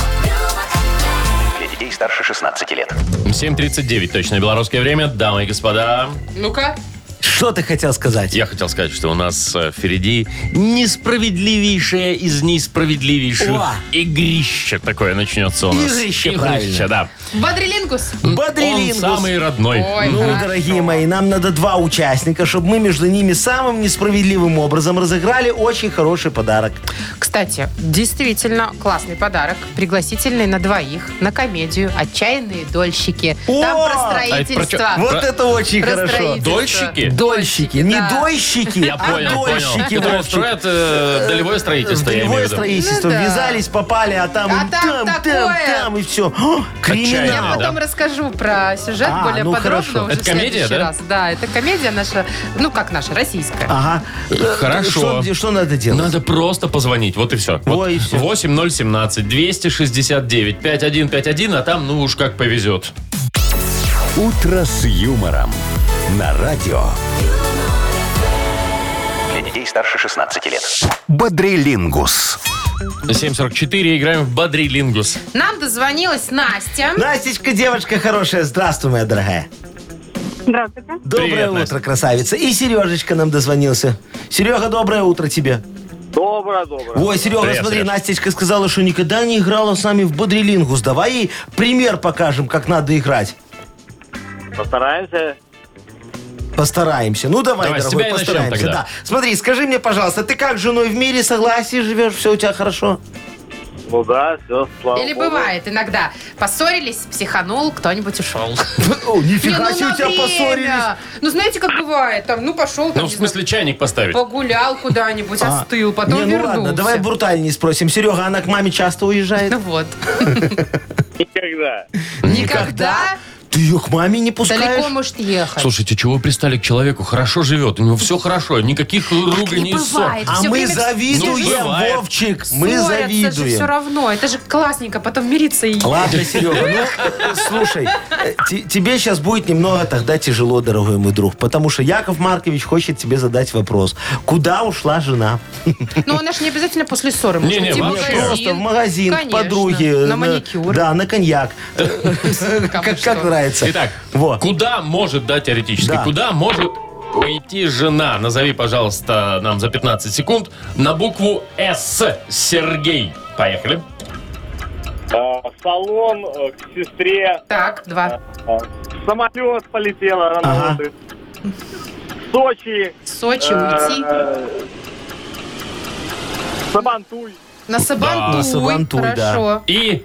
[SPEAKER 6] Для детей старше 16 лет.
[SPEAKER 2] 7.39, точное белорусское время. Дамы и господа,
[SPEAKER 3] Ну-ка.
[SPEAKER 4] Что ты хотел сказать?
[SPEAKER 2] я хотел сказать, что у нас э, впереди несправедливейшее из несправедливейших
[SPEAKER 4] О!
[SPEAKER 2] игрище такое начнется у нас.
[SPEAKER 4] Игрище,
[SPEAKER 2] игрище
[SPEAKER 4] правильно.
[SPEAKER 2] да.
[SPEAKER 3] Бодрилингус.
[SPEAKER 4] Бодрилингус.
[SPEAKER 2] Он самый родной.
[SPEAKER 3] Ой,
[SPEAKER 4] Ну,
[SPEAKER 3] хорошо.
[SPEAKER 4] дорогие мои, нам надо два участника, чтобы мы между ними самым несправедливым образом разыграли очень хороший подарок.
[SPEAKER 3] Кстати, действительно классный подарок. Пригласительный на двоих на комедию «Отчаянные дольщики».
[SPEAKER 4] О!
[SPEAKER 3] Там
[SPEAKER 2] А
[SPEAKER 3] про
[SPEAKER 2] это про
[SPEAKER 3] строительство.
[SPEAKER 2] чё?
[SPEAKER 4] Вот это очень
[SPEAKER 3] Про
[SPEAKER 4] хорошо.
[SPEAKER 3] строительство.
[SPEAKER 2] Дольщики?
[SPEAKER 4] Дольщики. Не
[SPEAKER 3] да.
[SPEAKER 4] дольщики,
[SPEAKER 2] Я
[SPEAKER 4] а
[SPEAKER 2] понял, понял.
[SPEAKER 4] дольщики.
[SPEAKER 2] Которые
[SPEAKER 4] Вовчик.
[SPEAKER 2] строят э, долевое строительство, я
[SPEAKER 4] Долевое
[SPEAKER 2] имею в виду.
[SPEAKER 4] строительство.
[SPEAKER 3] Ну да.
[SPEAKER 4] Ввязались, попали, а там,
[SPEAKER 3] А там
[SPEAKER 4] и там, там,
[SPEAKER 3] такое.
[SPEAKER 4] там, и все.
[SPEAKER 3] Я
[SPEAKER 2] Отчаянно.
[SPEAKER 4] Криминал.
[SPEAKER 2] да.
[SPEAKER 3] потом расскажу про сюжет
[SPEAKER 4] А,
[SPEAKER 3] более
[SPEAKER 4] ну
[SPEAKER 3] подробно
[SPEAKER 4] хорошо.
[SPEAKER 3] уже
[SPEAKER 2] Это
[SPEAKER 3] в
[SPEAKER 2] комедия,
[SPEAKER 3] следующий
[SPEAKER 2] да?
[SPEAKER 3] раз. Да, это комедия наша, ну как наша, российская.
[SPEAKER 4] Ага. Э,
[SPEAKER 2] Хорошо.
[SPEAKER 4] Что, где- что надо делать?
[SPEAKER 2] Надо просто позвонить, вот и все.
[SPEAKER 4] Во
[SPEAKER 2] Вот
[SPEAKER 4] и всё.
[SPEAKER 2] 8017 269 5151, а там ну уж как повезет.
[SPEAKER 1] «Утро с юмором» на радио.
[SPEAKER 6] Для детей старше 16 лет.
[SPEAKER 1] Бодрилингус.
[SPEAKER 2] 744, играем в Бодрилингус.
[SPEAKER 3] Нам дозвонилась Настя.
[SPEAKER 4] Настечка, девочка хорошая, здравствуй, моя дорогая.
[SPEAKER 5] Здравствуйте.
[SPEAKER 4] Доброе
[SPEAKER 2] Привет,
[SPEAKER 4] утро,
[SPEAKER 2] Настя.
[SPEAKER 4] красавица. И Сережечка нам дозвонился. Серега, доброе утро тебе.
[SPEAKER 7] Доброе, доброе.
[SPEAKER 4] Ой, Серега,
[SPEAKER 2] Привет,
[SPEAKER 4] смотри,
[SPEAKER 2] Сереж.
[SPEAKER 4] Настечка сказала, что никогда не играла с нами в бодрилингус. Давай ей пример покажем, как надо играть.
[SPEAKER 7] Постараемся.
[SPEAKER 4] Постараемся. Ну давай,
[SPEAKER 2] Давай, с
[SPEAKER 4] дорогой,
[SPEAKER 2] тебя и начнем
[SPEAKER 4] постараемся.
[SPEAKER 2] тогда.
[SPEAKER 4] Да. Смотри, скажи мне, пожалуйста, ты как с женой в мире согласии живешь? Все у тебя хорошо?
[SPEAKER 7] Ну да, все, слава
[SPEAKER 3] Или бывает иногда. Поссорились, психанул, кто-нибудь ушел.
[SPEAKER 4] О,
[SPEAKER 3] Не, ну
[SPEAKER 4] нифига себе,
[SPEAKER 3] на
[SPEAKER 4] у тебя
[SPEAKER 3] время.
[SPEAKER 4] поссорились.
[SPEAKER 3] Ну знаете, как бывает, там, ну пошел,
[SPEAKER 2] Ну, в
[SPEAKER 3] там, не знаю,
[SPEAKER 2] смысле, чайник поставить.
[SPEAKER 3] погулял куда-нибудь,
[SPEAKER 4] А,
[SPEAKER 3] остыл, потом
[SPEAKER 4] не, ну
[SPEAKER 3] вернулся.
[SPEAKER 4] ладно, давай брутальнее спросим. Серега, она к маме часто уезжает?
[SPEAKER 3] Ну вот.
[SPEAKER 7] Никогда.
[SPEAKER 3] Никогда
[SPEAKER 4] Ты ее к маме не пускаешь?
[SPEAKER 3] далеко может ехать.
[SPEAKER 2] Слушайте, чего вы пристали к человеку? Хорошо живет, у него все хорошо, никаких руганий и ссор.
[SPEAKER 3] бывает.
[SPEAKER 4] А
[SPEAKER 3] Всё
[SPEAKER 4] мы
[SPEAKER 3] время
[SPEAKER 2] всю жизнь
[SPEAKER 4] завидуем, Вовчик. Мы
[SPEAKER 3] все
[SPEAKER 4] завидуем.
[SPEAKER 3] равно. Это же классненько, потом мириться и...
[SPEAKER 4] Ладно, Серега, ну, э, слушай, э, те- тебе сейчас будет немного тогда тяжело, дорогой мой друг, потому что Яков Маркович хочет тебе задать вопрос. Куда ушла жена? Ну,
[SPEAKER 3] Ну, она же не обязательно после ссоры может
[SPEAKER 2] Не-не,
[SPEAKER 3] идти в
[SPEAKER 2] вообще.
[SPEAKER 3] магазин.
[SPEAKER 4] Просто в магазин, к
[SPEAKER 3] Конечно.
[SPEAKER 4] подруге. э,
[SPEAKER 3] На маникюр.
[SPEAKER 4] Да, на коньяк. Э,
[SPEAKER 3] Кому
[SPEAKER 4] Как
[SPEAKER 3] что.
[SPEAKER 4] как нравится.
[SPEAKER 2] Итак,
[SPEAKER 4] Во.
[SPEAKER 2] куда может, да, теоретически,
[SPEAKER 4] Да.
[SPEAKER 2] куда может уйти жена? Назови, пожалуйста, нам за 15 секунд на букву «С». Сергей. Поехали.
[SPEAKER 7] А салон э, к сестре.
[SPEAKER 3] Так, два.
[SPEAKER 7] Самолет полетела
[SPEAKER 4] Ага. работы.
[SPEAKER 7] Сочи.
[SPEAKER 3] Сочи уйти.
[SPEAKER 7] э, Сабантуй.
[SPEAKER 3] На Сабантуй.
[SPEAKER 4] на Сабантуй, да.
[SPEAKER 3] Хорошо.
[SPEAKER 2] И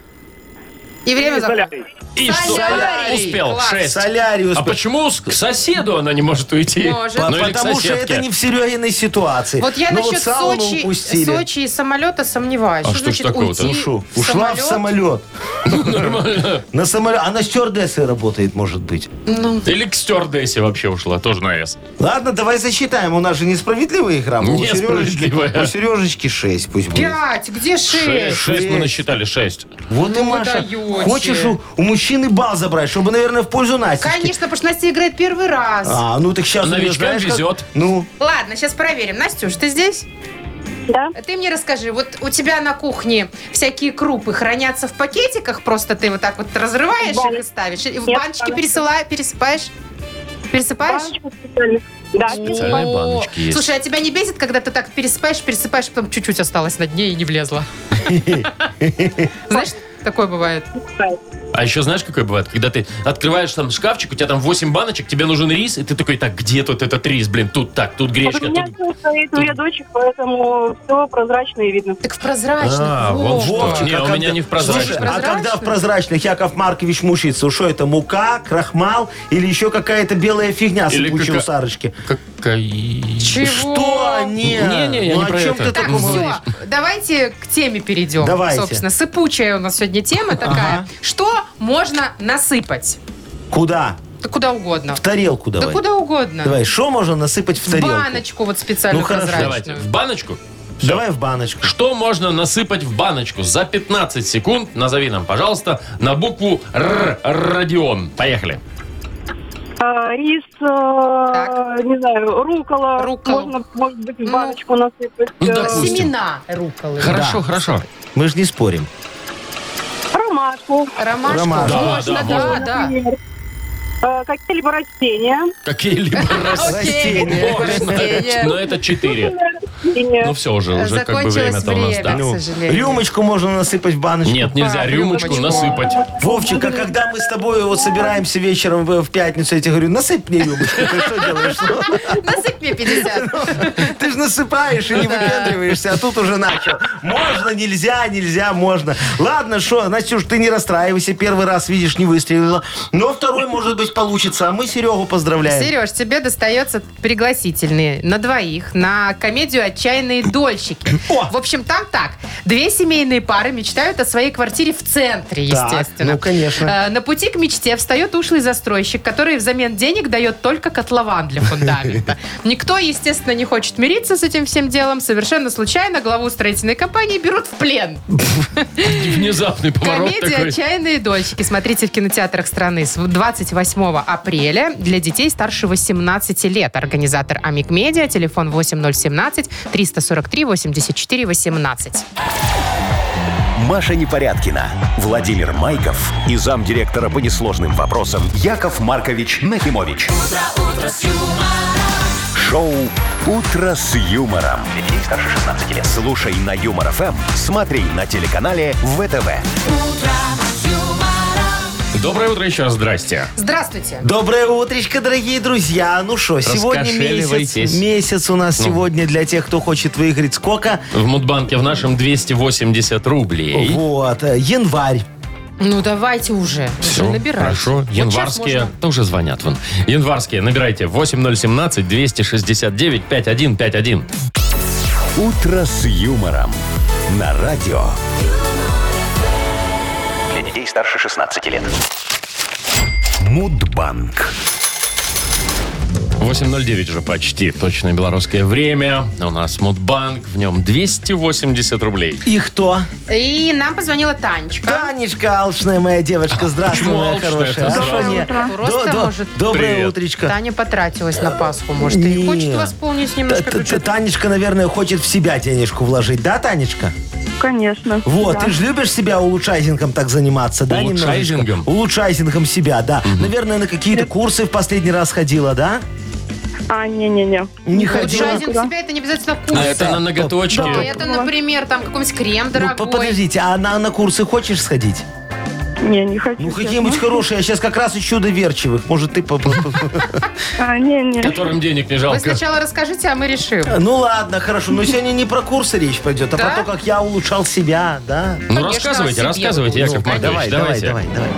[SPEAKER 3] И время закончилось.
[SPEAKER 2] И что?
[SPEAKER 3] Солярий!
[SPEAKER 2] Успел.
[SPEAKER 3] Класс.
[SPEAKER 2] Шесть.
[SPEAKER 4] Солярий
[SPEAKER 2] А
[SPEAKER 4] успел.
[SPEAKER 2] почему с- к соседу она не может уйти?
[SPEAKER 3] Может.
[SPEAKER 2] Ну
[SPEAKER 4] По-
[SPEAKER 2] или к
[SPEAKER 4] Потому что
[SPEAKER 2] соседке.
[SPEAKER 4] это не в Серегиной ситуации.
[SPEAKER 3] Вот я
[SPEAKER 4] Ну
[SPEAKER 3] насчет
[SPEAKER 4] сауну
[SPEAKER 3] Сочи,
[SPEAKER 4] упустили.
[SPEAKER 3] Сочи и самолета сомневаюсь.
[SPEAKER 2] А
[SPEAKER 3] Что
[SPEAKER 2] что ж
[SPEAKER 3] значит
[SPEAKER 2] такого-то?
[SPEAKER 3] уйти
[SPEAKER 4] Ушу. Ушла в самолет.
[SPEAKER 2] Ну,
[SPEAKER 4] На самолет. Она стюардессой работает, может быть.
[SPEAKER 2] Или к стюардессе вообще ушла, тоже на «С».
[SPEAKER 4] Ладно, давай засчитаем. У нас же несправедливая игра. была. У Сережечки-
[SPEAKER 2] Несправедливая.
[SPEAKER 4] У Сережечки 6 пусть будет.
[SPEAKER 3] Пять, где
[SPEAKER 2] Шесть.
[SPEAKER 3] шесть?
[SPEAKER 2] Шесть мы насчитали, шесть.
[SPEAKER 4] Вот и
[SPEAKER 3] Ну,
[SPEAKER 4] Маша.
[SPEAKER 3] даете.
[SPEAKER 4] Хочешь у, у мужчины бал забрать, чтобы, наверное, в пользу Насти.
[SPEAKER 3] Конечно, потому что Настя играет первый раз.
[SPEAKER 4] А, ну так сейчас...
[SPEAKER 2] Новичкам везет.
[SPEAKER 4] Ну,
[SPEAKER 3] Ладно, сейчас проверим. Настюш, ты здесь? А
[SPEAKER 5] Да.
[SPEAKER 3] Ты мне расскажи, вот у тебя на кухне всякие крупы хранятся в пакетиках, просто ты вот так вот разрываешь
[SPEAKER 5] Да.
[SPEAKER 3] их и ставишь, и в
[SPEAKER 5] Нет,
[SPEAKER 3] баночки
[SPEAKER 5] конечно.
[SPEAKER 3] пересыла- пересыпаешь? Пересыпаешь?
[SPEAKER 5] Баночку специально. Да,
[SPEAKER 2] Специальные
[SPEAKER 3] О,
[SPEAKER 2] баночки есть.
[SPEAKER 3] Слушай, а тебя не бесит, когда ты так пересыпаешь, пересыпаешь, потом чуть-чуть осталось на дне и не влезла? Знаешь, такое бывает.
[SPEAKER 5] специально.
[SPEAKER 2] А еще знаешь, какое бывает? Когда ты открываешь там шкафчик, у тебя там 8 баночек, тебе нужен рис, и ты такой, так, где тут этот рис, блин? Тут так, тут
[SPEAKER 5] Вот
[SPEAKER 2] гречка,
[SPEAKER 5] у меня
[SPEAKER 2] тут...
[SPEAKER 5] всё стоит в рядочек, поэтому все прозрачно и видно.
[SPEAKER 3] Так в прозрачных.
[SPEAKER 2] А, вот что.
[SPEAKER 3] вот.
[SPEAKER 2] Не,
[SPEAKER 4] а
[SPEAKER 2] у
[SPEAKER 4] когда-
[SPEAKER 2] меня не в прозрачных.
[SPEAKER 4] Слушай, а
[SPEAKER 3] Прозрачных?
[SPEAKER 4] когда в прозрачных Яков Маркович мучается, что это, мука, крахмал или еще какая-то белая фигня
[SPEAKER 2] Или
[SPEAKER 4] сыпучая
[SPEAKER 2] кака-
[SPEAKER 4] у Сарочки?
[SPEAKER 2] Какая...
[SPEAKER 3] Чего?
[SPEAKER 4] Что? Не,
[SPEAKER 2] Не-не, я
[SPEAKER 4] ну
[SPEAKER 2] не
[SPEAKER 4] о
[SPEAKER 2] про
[SPEAKER 4] чем
[SPEAKER 2] это.
[SPEAKER 4] ты
[SPEAKER 3] Так,
[SPEAKER 4] таком
[SPEAKER 3] все,
[SPEAKER 4] говоришь?
[SPEAKER 3] давайте к теме перейдем.
[SPEAKER 4] Давайте.
[SPEAKER 3] Собственно, сыпучая у нас сегодня тема такая.
[SPEAKER 4] Ага.
[SPEAKER 3] Что можно насыпать?
[SPEAKER 4] Куда?
[SPEAKER 3] Да куда угодно.
[SPEAKER 4] В тарелку
[SPEAKER 3] Да
[SPEAKER 4] давай.
[SPEAKER 3] куда угодно.
[SPEAKER 4] Давай, что можно насыпать в
[SPEAKER 3] В
[SPEAKER 4] тарелку?
[SPEAKER 3] баночку вот специально
[SPEAKER 4] Ну, хорошо.
[SPEAKER 2] Давайте,
[SPEAKER 3] прозрачную.
[SPEAKER 2] в баночку? Всё.
[SPEAKER 4] Давай в баночку.
[SPEAKER 2] Что можно насыпать в баночку за 15 секунд? Назови нам, пожалуйста, на букву Р. Родион. Поехали.
[SPEAKER 5] А, Рис, а, не знаю, рукола.
[SPEAKER 3] Руккола.
[SPEAKER 5] Можно, может быть,
[SPEAKER 3] Ну.
[SPEAKER 5] в баночку насыпать.
[SPEAKER 2] Ну,
[SPEAKER 5] э,
[SPEAKER 2] допустим.
[SPEAKER 3] Семена руколы.
[SPEAKER 2] Хорошо, хорошо.
[SPEAKER 4] Мы же не спорим.
[SPEAKER 5] Ромашку.
[SPEAKER 3] Ромашку.
[SPEAKER 4] Ромашку.
[SPEAKER 2] Да,
[SPEAKER 3] можно,
[SPEAKER 2] да,
[SPEAKER 3] да, да.
[SPEAKER 5] например. А, Какие-либо растения.
[SPEAKER 2] Какие-либо раз-
[SPEAKER 3] Окей,
[SPEAKER 4] Растения.
[SPEAKER 3] растения.
[SPEAKER 2] Но это 4.
[SPEAKER 5] Растения.
[SPEAKER 2] Ну все уже, Ну, уже как бы
[SPEAKER 3] Закончилось
[SPEAKER 2] время-то у нас,
[SPEAKER 3] время,
[SPEAKER 2] да.
[SPEAKER 3] к
[SPEAKER 4] Ну,
[SPEAKER 3] сожалению.
[SPEAKER 4] рюмочку можно насыпать в баночку.
[SPEAKER 2] Нет, нельзя
[SPEAKER 3] А,
[SPEAKER 2] рюмочку
[SPEAKER 3] рюмочку.
[SPEAKER 2] насыпать.
[SPEAKER 4] Вовчик, а когда мы с тобой вот собираемся вечером в, в пятницу, я тебе говорю, насыпь мне рюмочку. Ты что делаешь? Ну,
[SPEAKER 3] Насыпь мне 50.
[SPEAKER 4] Ты же насыпаешь и не выпендриваешься, а тут уже начал. Можно, нельзя, нельзя, можно. Ладно, что, Настюш, ты не расстраивайся. Первый раз, видишь, не выстрелила. Но второй, может быть, получится. А мы Серегу поздравляем.
[SPEAKER 3] Сереж, тебе достается пригласительные на двоих на комедию «Отчаянные дольщики».
[SPEAKER 4] О!
[SPEAKER 3] В общем, там так. Две семейные пары мечтают о своей квартире в центре,
[SPEAKER 4] Так,
[SPEAKER 3] естественно.
[SPEAKER 4] ну, конечно.
[SPEAKER 3] Э, На пути к мечте встает ушлый застройщик, который взамен денег дает только котлован для фундамента. Никто, естественно, не хочет мириться с этим всем делом. Совершенно случайно главу строительной компании берут в плен.
[SPEAKER 2] Внезапный поворот
[SPEAKER 3] Комедия
[SPEAKER 2] такой.
[SPEAKER 3] «Отчаянные дольщики». Смотрите в кинотеатрах страны с 28 апреля для детей старше 18 лет. Организатор Амик Медиа, телефон 8017 343 84 18.
[SPEAKER 1] Маша Непорядкина, Владимир Майков и замдиректора по несложным вопросам Яков Маркович Нахимович. Шоу Утро с юмором. Для детей старше 16 лет. Слушай на юмор ФМ, смотри на телеканале ВТВ.
[SPEAKER 2] Доброе утро еще раз, здрасте.
[SPEAKER 3] Здравствуйте.
[SPEAKER 4] Доброе утречко, дорогие друзья. Ну что, сегодня месяц.
[SPEAKER 2] Раскошеливайтесь. Ну.
[SPEAKER 4] Месяц у нас сегодня для тех, кто хочет выиграть сколько.
[SPEAKER 2] В Мудбанке в нашем 280 рублей.
[SPEAKER 4] Вот, э, январь.
[SPEAKER 3] Ну, давайте уже.
[SPEAKER 2] Все,
[SPEAKER 3] уже набирать.
[SPEAKER 2] хорошо.
[SPEAKER 3] Вот сейчас
[SPEAKER 2] Январские,
[SPEAKER 3] можно.
[SPEAKER 2] да уже звонят вон. Январские, набирайте 8017-269-5151.
[SPEAKER 1] Утро с юмором. На радио.
[SPEAKER 6] Для детей старше 16 лет.
[SPEAKER 1] Мудбанк.
[SPEAKER 2] 8.09 уже почти, точное белорусское время. У нас Мудбанк, в нем 280 рублей.
[SPEAKER 4] И кто?
[SPEAKER 3] И нам позвонила Танечка.
[SPEAKER 4] Танечка, алчная моя девочка. Здравствуй,
[SPEAKER 2] Почему
[SPEAKER 4] моя
[SPEAKER 2] алчная?
[SPEAKER 4] хорошая. А
[SPEAKER 2] Это
[SPEAKER 4] что
[SPEAKER 3] доброе
[SPEAKER 4] не?
[SPEAKER 3] утро.
[SPEAKER 4] До-
[SPEAKER 3] Просто,
[SPEAKER 4] до-
[SPEAKER 3] может,
[SPEAKER 4] Доброе
[SPEAKER 2] Привет.
[SPEAKER 4] утречко.
[SPEAKER 3] Таня потратилась на Пасху, может, и
[SPEAKER 4] Не.
[SPEAKER 3] хочет восполнить
[SPEAKER 4] Та-
[SPEAKER 3] немножко
[SPEAKER 4] та- та-
[SPEAKER 3] бюджет.
[SPEAKER 4] Танечка, наверное, хочет в себя денежку вложить, да, Танечка?
[SPEAKER 5] Конечно.
[SPEAKER 4] Вот,
[SPEAKER 5] да.
[SPEAKER 4] ты же любишь себя улучшайзингом так заниматься, да? немножечко?
[SPEAKER 2] Улучшайзингом?
[SPEAKER 4] Улучшайзингом себя, да. Наверное, на какие-то курсы в последний раз ходила, да?
[SPEAKER 5] А, не-не-не.
[SPEAKER 4] Не
[SPEAKER 3] Вот
[SPEAKER 4] ходила.
[SPEAKER 3] Жадин себя это не обязательно
[SPEAKER 2] А
[SPEAKER 3] курс.
[SPEAKER 2] это на ноготочке.
[SPEAKER 3] А это, например, там какой-нибудь крем
[SPEAKER 4] Ну, по-
[SPEAKER 3] дорогой.
[SPEAKER 4] подождите, а на, на курсы хочешь сходить?
[SPEAKER 5] Не, не хочу.
[SPEAKER 4] Ну,
[SPEAKER 5] честно.
[SPEAKER 4] какие-нибудь хорошие. Я сейчас как раз ищу доверчивых. Может, ты... по- по- по-
[SPEAKER 5] А, не-не.
[SPEAKER 2] Которым денег не
[SPEAKER 3] Вы
[SPEAKER 2] жалко.
[SPEAKER 3] сначала расскажите, а мы решим.
[SPEAKER 4] Ну, ладно, хорошо. Но сегодня не про курсы речь пойдет, а
[SPEAKER 3] Да?
[SPEAKER 4] про то, как я улучшал себя, да?
[SPEAKER 2] Ну,
[SPEAKER 3] Конечно, о
[SPEAKER 2] рассказывайте,
[SPEAKER 3] себе.
[SPEAKER 2] рассказывайте,
[SPEAKER 3] Ну,
[SPEAKER 2] Яков Маркович,
[SPEAKER 4] Давай, давай,
[SPEAKER 2] давайте.
[SPEAKER 4] давай, давай.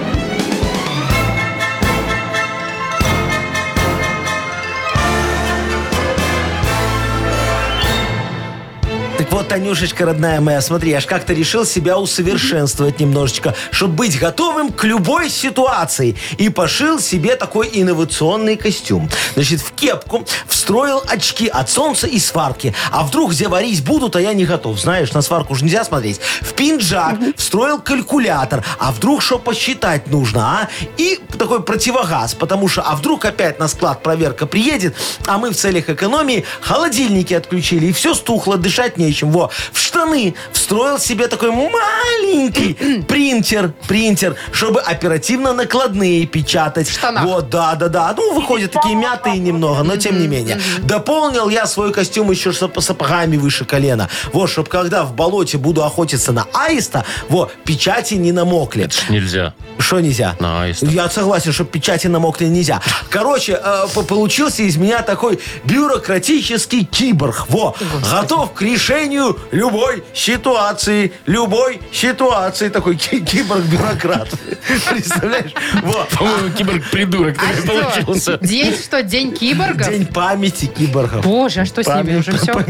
[SPEAKER 4] Так вот, Танюшечка, родная моя, смотри, аж как-то решил себя усовершенствовать немножечко, чтобы быть готовым к любой ситуации. И пошил себе такой инновационный костюм. Значит, в кепку встроил очки от солнца и сварки. А вдруг где варить будут, а я не готов. Знаешь, на сварку же нельзя смотреть. В пинджак встроил калькулятор. А вдруг что посчитать нужно, а? И такой противогаз, потому что а вдруг опять на склад проверка приедет, а мы в целях экономии холодильники отключили, и все стухло, дышать нечем. Во, в штаны встроил себе такой маленький принтер, принтер, чтобы оперативно накладные печатать.
[SPEAKER 3] штанах.
[SPEAKER 4] Вот, да, да, да. Ну, выходят такие мятые немного, но тем не менее. Дополнил я свой костюм еще сап- сапогами выше колена. Вот, чтобы когда в болоте буду охотиться на аиста, вот, печати не намокли.
[SPEAKER 2] ж Нельзя.
[SPEAKER 4] Что нельзя?
[SPEAKER 2] На аиста.
[SPEAKER 4] Я согласен, что печати намокли нельзя. Короче, э, по- получился из меня такой бюрократический киборг. Во, готов к решению любой ситуации. Любой ситуации. Такой ки- киборг-бюрократ. Представляешь? Во.
[SPEAKER 2] По-моему, киборг-придурок
[SPEAKER 3] А
[SPEAKER 2] такой
[SPEAKER 3] что?
[SPEAKER 2] получился.
[SPEAKER 3] День что, день киборгов?
[SPEAKER 4] День памяти киборгов.
[SPEAKER 3] Боже, а что с ними уже все?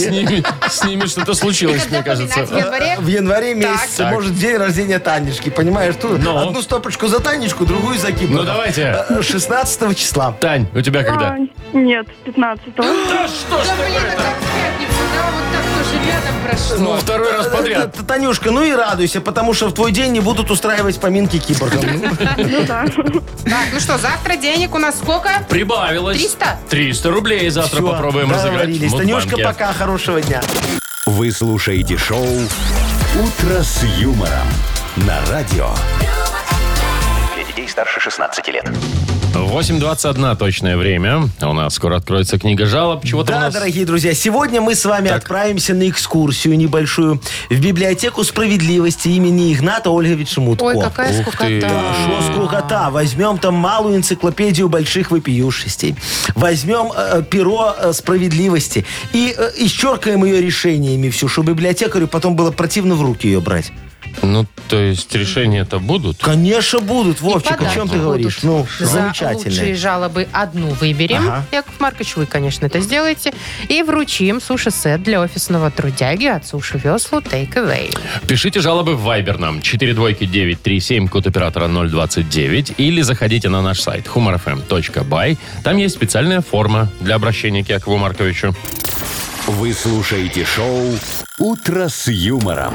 [SPEAKER 2] С ними, с ними что-то случилось, мне кажется.
[SPEAKER 3] в январе?
[SPEAKER 4] В январе месяце,
[SPEAKER 2] Так.
[SPEAKER 4] может, день рождения Танечки, понимаешь? Тут
[SPEAKER 2] Ну.
[SPEAKER 4] одну стопочку за Танечку, другую за Киборга.
[SPEAKER 2] Ну, давайте.
[SPEAKER 4] Э, 16 числа.
[SPEAKER 2] Тань, у тебя когда?
[SPEAKER 5] А, Нет, 15-го.
[SPEAKER 3] Да блин, это как в пятницу, да, вот так тоже рядом
[SPEAKER 2] Ну,
[SPEAKER 3] прошло.
[SPEAKER 2] второй раз подряд.
[SPEAKER 4] Э, Т- Танюшка, ну и радуйся, потому что в твой день не будут устраивать поминки киборгам.
[SPEAKER 5] Ну да.
[SPEAKER 3] Так, ну что, завтра денег у нас сколько?
[SPEAKER 2] Прибавилось.
[SPEAKER 3] 300?
[SPEAKER 2] 300 рублей. Завтра
[SPEAKER 4] Всё,
[SPEAKER 2] попробуем разыграть. в
[SPEAKER 4] договорились. Танюшка,
[SPEAKER 2] Мудбанке.
[SPEAKER 4] пока, хорошего дня.
[SPEAKER 1] Вы слушаете шоу «Утро с юмором» на радио.
[SPEAKER 6] Для детей старше 16 лет.
[SPEAKER 2] 8.21 точное время. У нас скоро откроется книга жалоб. Чего-то у
[SPEAKER 4] Да,
[SPEAKER 2] нас...
[SPEAKER 4] дорогие друзья, сегодня мы с вами отправимся на экскурсию небольшую в библиотеку справедливости имени Игната Ольговича Мутко.
[SPEAKER 3] Ой, какая
[SPEAKER 2] Ух ты.
[SPEAKER 3] скукота.
[SPEAKER 4] Шо скукота? Возьмем там малую энциклопедию больших вопиюшестей. Возьмем э, перо э, справедливости и э, исчеркаем ее решениями всю, чтобы библиотекарю потом было противно в руки ее брать.
[SPEAKER 2] Ну, то есть решения-то будут?
[SPEAKER 4] Конечно, будут, Вовчик, о
[SPEAKER 3] подарки
[SPEAKER 4] чем ты
[SPEAKER 3] будут.
[SPEAKER 4] говоришь? Ну,
[SPEAKER 3] За лучшие
[SPEAKER 4] замечательно.
[SPEAKER 3] жалобы одну выберем. Яков Маркович, вы, конечно, это сделаете. И вручим суши-сет для офисного трудяги от Суши Веслу Take Away.
[SPEAKER 2] Пишите жалобы в Viber нам. 4 двойки 937, код оператора 029. Или заходите на наш сайт humorfm.by. Там есть специальная форма для обращения к Якову Марковичу.
[SPEAKER 1] Вы слушаете шоу «Утро с юмором»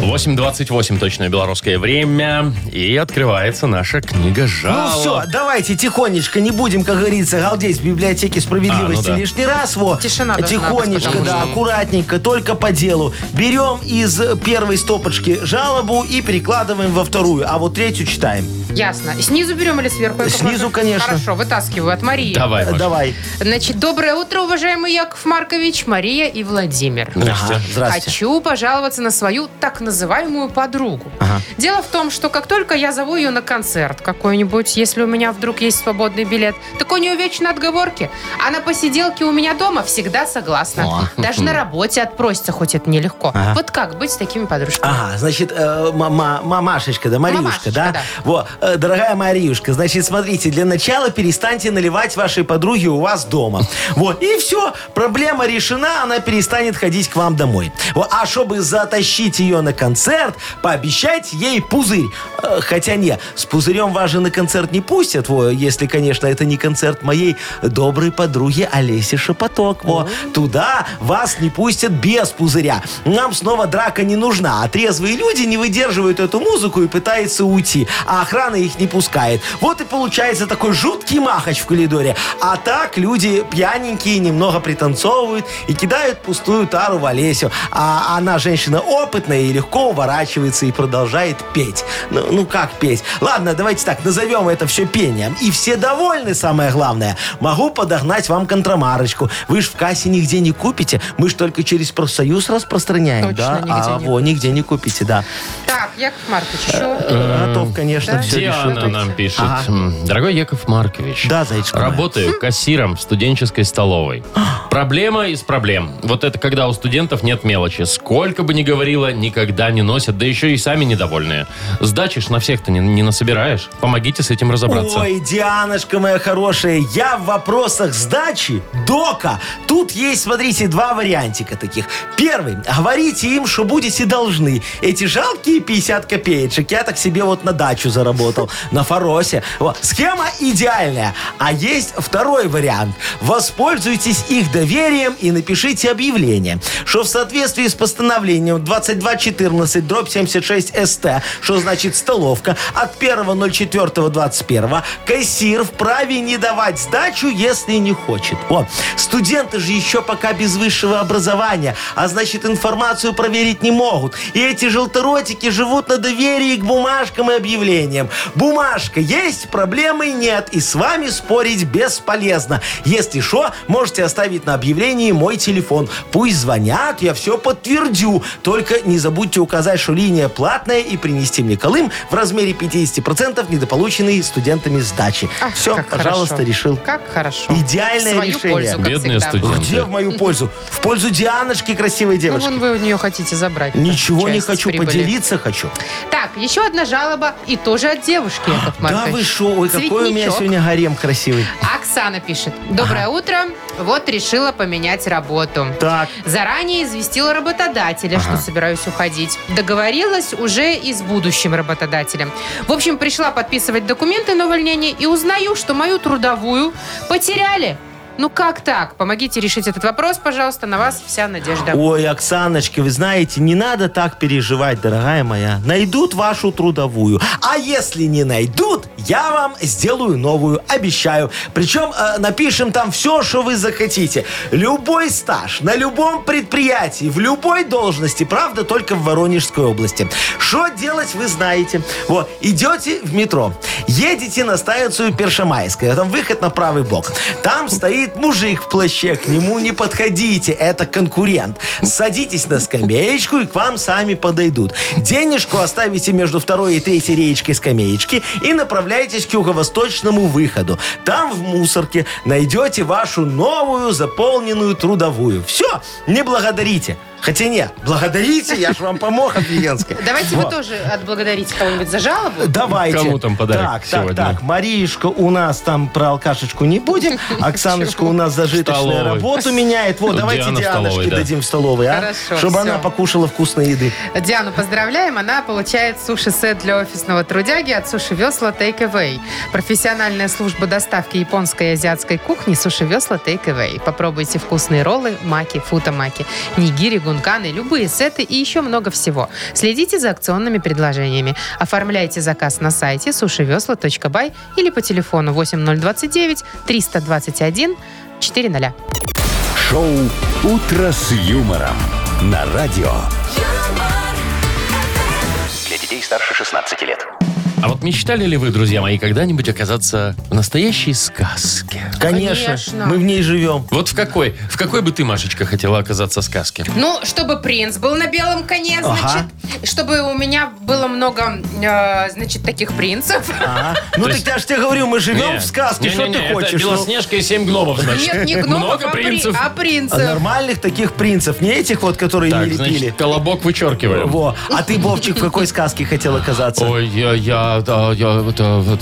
[SPEAKER 2] 8.28 точное белорусское время. И открывается наша книга
[SPEAKER 4] Ну
[SPEAKER 2] жалоб.
[SPEAKER 4] все, давайте тихонечко, не будем, как говорится, галдеть в библиотеке справедливости
[SPEAKER 2] А, ну да.
[SPEAKER 4] лишний раз. Вот.
[SPEAKER 3] Тишина должна быть,
[SPEAKER 4] Тихонечко,
[SPEAKER 3] потому
[SPEAKER 4] да,
[SPEAKER 3] что-
[SPEAKER 4] аккуратненько, только по делу. Берем из э, первой стопочки жалобу и перекладываем во вторую, а вот третью читаем.
[SPEAKER 3] Ясно. Снизу берем или сверху? Яков
[SPEAKER 4] Снизу,
[SPEAKER 3] Маркович?
[SPEAKER 4] конечно.
[SPEAKER 3] Хорошо, вытаскиваю от Марии.
[SPEAKER 2] Давай, Маша.
[SPEAKER 4] Давай.
[SPEAKER 3] Значит, доброе утро, уважаемый Яков Маркович, Мария и Владимир.
[SPEAKER 2] Здрасте.
[SPEAKER 4] Ага, Здравствуйте.
[SPEAKER 3] Хочу пожаловаться на свою так называемую подругу. Дело в том, что как только я зову ее на концерт какой-нибудь, если у меня вдруг есть свободный билет, так у нее вечно отговорки. А на посиделке у меня дома всегда согласна. Даже на работе отпросится, хоть это нелегко. Вот как быть с такими подружками?
[SPEAKER 4] Ага, значит, э, мама, мамашечка, да, Мариюшка,
[SPEAKER 3] Мамашечка,
[SPEAKER 4] да?
[SPEAKER 3] да.
[SPEAKER 4] Во, э, дорогая Мариюшка, значит, смотрите, для начала перестаньте наливать вашей подруге у вас дома. Вот, и все, проблема решена, она перестанет ходить к вам домой. Во, а чтобы затащить ее на концерт, пообещать ей пузырь. Э, хотя не, с пузырем вас же на концерт не пустят, во, если, конечно, это не концерт моей доброй подруги Олеси Шепоток. Во, туда вас не пустят без пузыря. Нам снова драка не нужна, а трезвые люди не выдерживают эту музыку и пытаются уйти, а охрана их не пускает. Вот и получается такой жуткий махач в коридоре. А так люди пьяненькие немного пританцовывают и кидают пустую тару в Олесю. А она женщина опытная и легко уворачивается и продолжает петь. Ну, ну как петь? Ладно, давайте так, назовем это все пением. И все довольны, самое главное. Могу подогнать вам контрамарочку. Вы ж в кассе нигде не купите. Мы ж только через профсоюз распространяем.
[SPEAKER 3] Точно,
[SPEAKER 4] да?
[SPEAKER 3] нигде
[SPEAKER 4] а
[SPEAKER 3] не
[SPEAKER 4] во, нигде не купите, да.
[SPEAKER 3] Так, Яков Маркович, еще...
[SPEAKER 4] Готов, конечно,
[SPEAKER 3] да.
[SPEAKER 4] все
[SPEAKER 2] Диана
[SPEAKER 4] решил.
[SPEAKER 2] нам пишет.
[SPEAKER 4] Ага.
[SPEAKER 2] М, Дорогой Яков Маркович,
[SPEAKER 4] Да, зайчка моя.
[SPEAKER 2] работаю кассиром в студенческой столовой. Проблема из проблем. Вот это когда у студентов нет мелочи. Сколько бы ни говорила, никогда не носят, да еще и сами недовольные. Сдачи ж на всех-то не, не насобираешь. Помогите с этим разобраться.
[SPEAKER 4] Ой, Дианочка моя хорошая, я в вопросах сдачи дока. Тут есть, смотрите, два вариантика таких. Первый. Говорите им, что будете должны. Эти жалкие 50 копеечек я так себе вот на дачу заработал, на фаросе. Вот. Схема идеальная. А есть второй вариант. Воспользуйтесь их доверием и напишите объявление, что в соответствии с постановлением 2214 дробь 76 СТ, что значит столовка, от 1.04.21 кассир вправе не давать сдачу, если не хочет. О, студенты же еще пока без высшего образования, а значит информацию проверить не могут. И эти желторотики живут на доверии к бумажкам и объявлениям. Бумажка есть, проблемы нет, и с вами спорить бесполезно. Если что, можете оставить на объявлении мой телефон. Пусть звонят, я все подтвердю. Только не забудьте указать, что линия платная, и принести мне Колым в размере 50% недополученной студентами сдачи.
[SPEAKER 3] Ах,
[SPEAKER 4] все,
[SPEAKER 3] как
[SPEAKER 4] пожалуйста,
[SPEAKER 3] хорошо.
[SPEAKER 4] решил.
[SPEAKER 3] Как хорошо.
[SPEAKER 4] Идеальное
[SPEAKER 3] В Свою
[SPEAKER 4] решение.
[SPEAKER 3] пользу, как
[SPEAKER 2] Бедные
[SPEAKER 3] всегда.
[SPEAKER 2] студенты.
[SPEAKER 4] Где в мою пользу? В пользу Дианочки, красивой
[SPEAKER 3] Ну,
[SPEAKER 4] девушки.
[SPEAKER 3] вон вы у нее хотите забрать.
[SPEAKER 4] Ничего не
[SPEAKER 3] часть
[SPEAKER 4] хочу,
[SPEAKER 3] прибыли.
[SPEAKER 4] поделиться хочу.
[SPEAKER 3] Так, еще одна жалоба, и тоже от девушки, Яков
[SPEAKER 4] А, Да
[SPEAKER 3] Маркович.
[SPEAKER 4] вы шо, ой, какой у меня
[SPEAKER 3] Цветничок.
[SPEAKER 4] сегодня гарем красивый.
[SPEAKER 3] Оксана пишет. Доброе утро. Вот решила поменять работу.
[SPEAKER 4] Так.
[SPEAKER 3] Заранее известила работодателя, что собираюсь уходить. Договорилась уже и с будущим работодателем. В общем, пришла подписывать документы на увольнение и узнаю, что мою трудовую потеряли. Ну как так? Помогите решить этот вопрос, пожалуйста. На вас вся надежда.
[SPEAKER 4] Ой, Оксаночка, вы знаете, не надо так переживать, дорогая моя. Найдут вашу трудовую. А если не найдут, я вам сделаю новую, обещаю. Причем э, напишем там все, что вы захотите. Любой стаж на любом предприятии, в любой должности, правда, только в Воронежской области. Что делать, вы знаете. Вот, идете в метро, едете на станцию Першамайская, а там выход на правый бок. Там стоит мужик в плаще, к нему не подходите, это конкурент. Садитесь на скамеечку и к вам сами подойдут. Денежку оставите между второй и третьей реечкой скамеечки и направляйтесь к юго-восточному выходу. Там в мусорке найдете вашу новую заполненную трудовую. Все, не благодарите. Хотя нет, благодарите, я же вам помог, Офигенская.
[SPEAKER 3] Давайте вы тоже отблагодарите кого-нибудь за жалобу.
[SPEAKER 4] Давайте.
[SPEAKER 2] Кому там подарок
[SPEAKER 4] Так,
[SPEAKER 2] сегодня?
[SPEAKER 4] так, так. Маришка у нас там про алкашечку не будем. Оксаночка у нас
[SPEAKER 2] Столовой.
[SPEAKER 4] зажиточная работу меняет. Вот,
[SPEAKER 2] Диана
[SPEAKER 4] давайте
[SPEAKER 2] в столовой,
[SPEAKER 4] Дианочке
[SPEAKER 2] да.
[SPEAKER 4] дадим в столовой, а?
[SPEAKER 3] Хорошо,
[SPEAKER 4] Чтобы
[SPEAKER 3] всё.
[SPEAKER 4] она покушала вкусной еды.
[SPEAKER 3] Диану поздравляем. Она получает суши-сет для офисного трудяги от суши-весла Take Away. Профессиональная служба доставки японской и азиатской кухни суши-весла Take Away. Попробуйте вкусные роллы, маки, футамаки, нигири, гунканы, любые сеты и еще много всего. Следите за акционными предложениями. Оформляйте заказ на сайте сушивесла.бай или по телефону 8029 321 400.
[SPEAKER 1] Шоу «Утро с юмором» на радио.
[SPEAKER 8] юмор,
[SPEAKER 6] Для детей старше 16 лет.
[SPEAKER 2] А вот мечтали ли вы, друзья мои, когда-нибудь оказаться в настоящей сказке?
[SPEAKER 4] Конечно.
[SPEAKER 3] Конечно.
[SPEAKER 4] Мы в ней живем.
[SPEAKER 2] Вот в какой? В какой бы ты, Машечка, хотела оказаться в сказке?
[SPEAKER 3] Ну, чтобы принц был на белом коне, значит,
[SPEAKER 4] Ага.
[SPEAKER 3] чтобы у меня было много, э, значит, таких принцев.
[SPEAKER 4] Ага. Ну
[SPEAKER 2] То
[SPEAKER 4] так
[SPEAKER 2] есть-
[SPEAKER 4] я же тебе говорю, мы живем
[SPEAKER 2] Не,
[SPEAKER 4] Ну, в сказке.
[SPEAKER 2] не,
[SPEAKER 4] Что
[SPEAKER 2] не,
[SPEAKER 4] ты
[SPEAKER 2] не, это
[SPEAKER 4] хочешь? ну?
[SPEAKER 2] Белоснежка и семь гномов, значит.
[SPEAKER 3] Нет, не гномов,
[SPEAKER 2] Много
[SPEAKER 3] а, при-
[SPEAKER 2] принцев.
[SPEAKER 3] а
[SPEAKER 4] А
[SPEAKER 3] принцев.
[SPEAKER 4] Нормальных таких принцев. Не этих вот, которые
[SPEAKER 2] Так,
[SPEAKER 4] не лепили.
[SPEAKER 2] значит, колобок вычеркиваем.
[SPEAKER 4] Во. А ты, Бовчик, в какой сказке хотел оказаться?
[SPEAKER 2] Ой, я, я, да, я, вот, а, вот,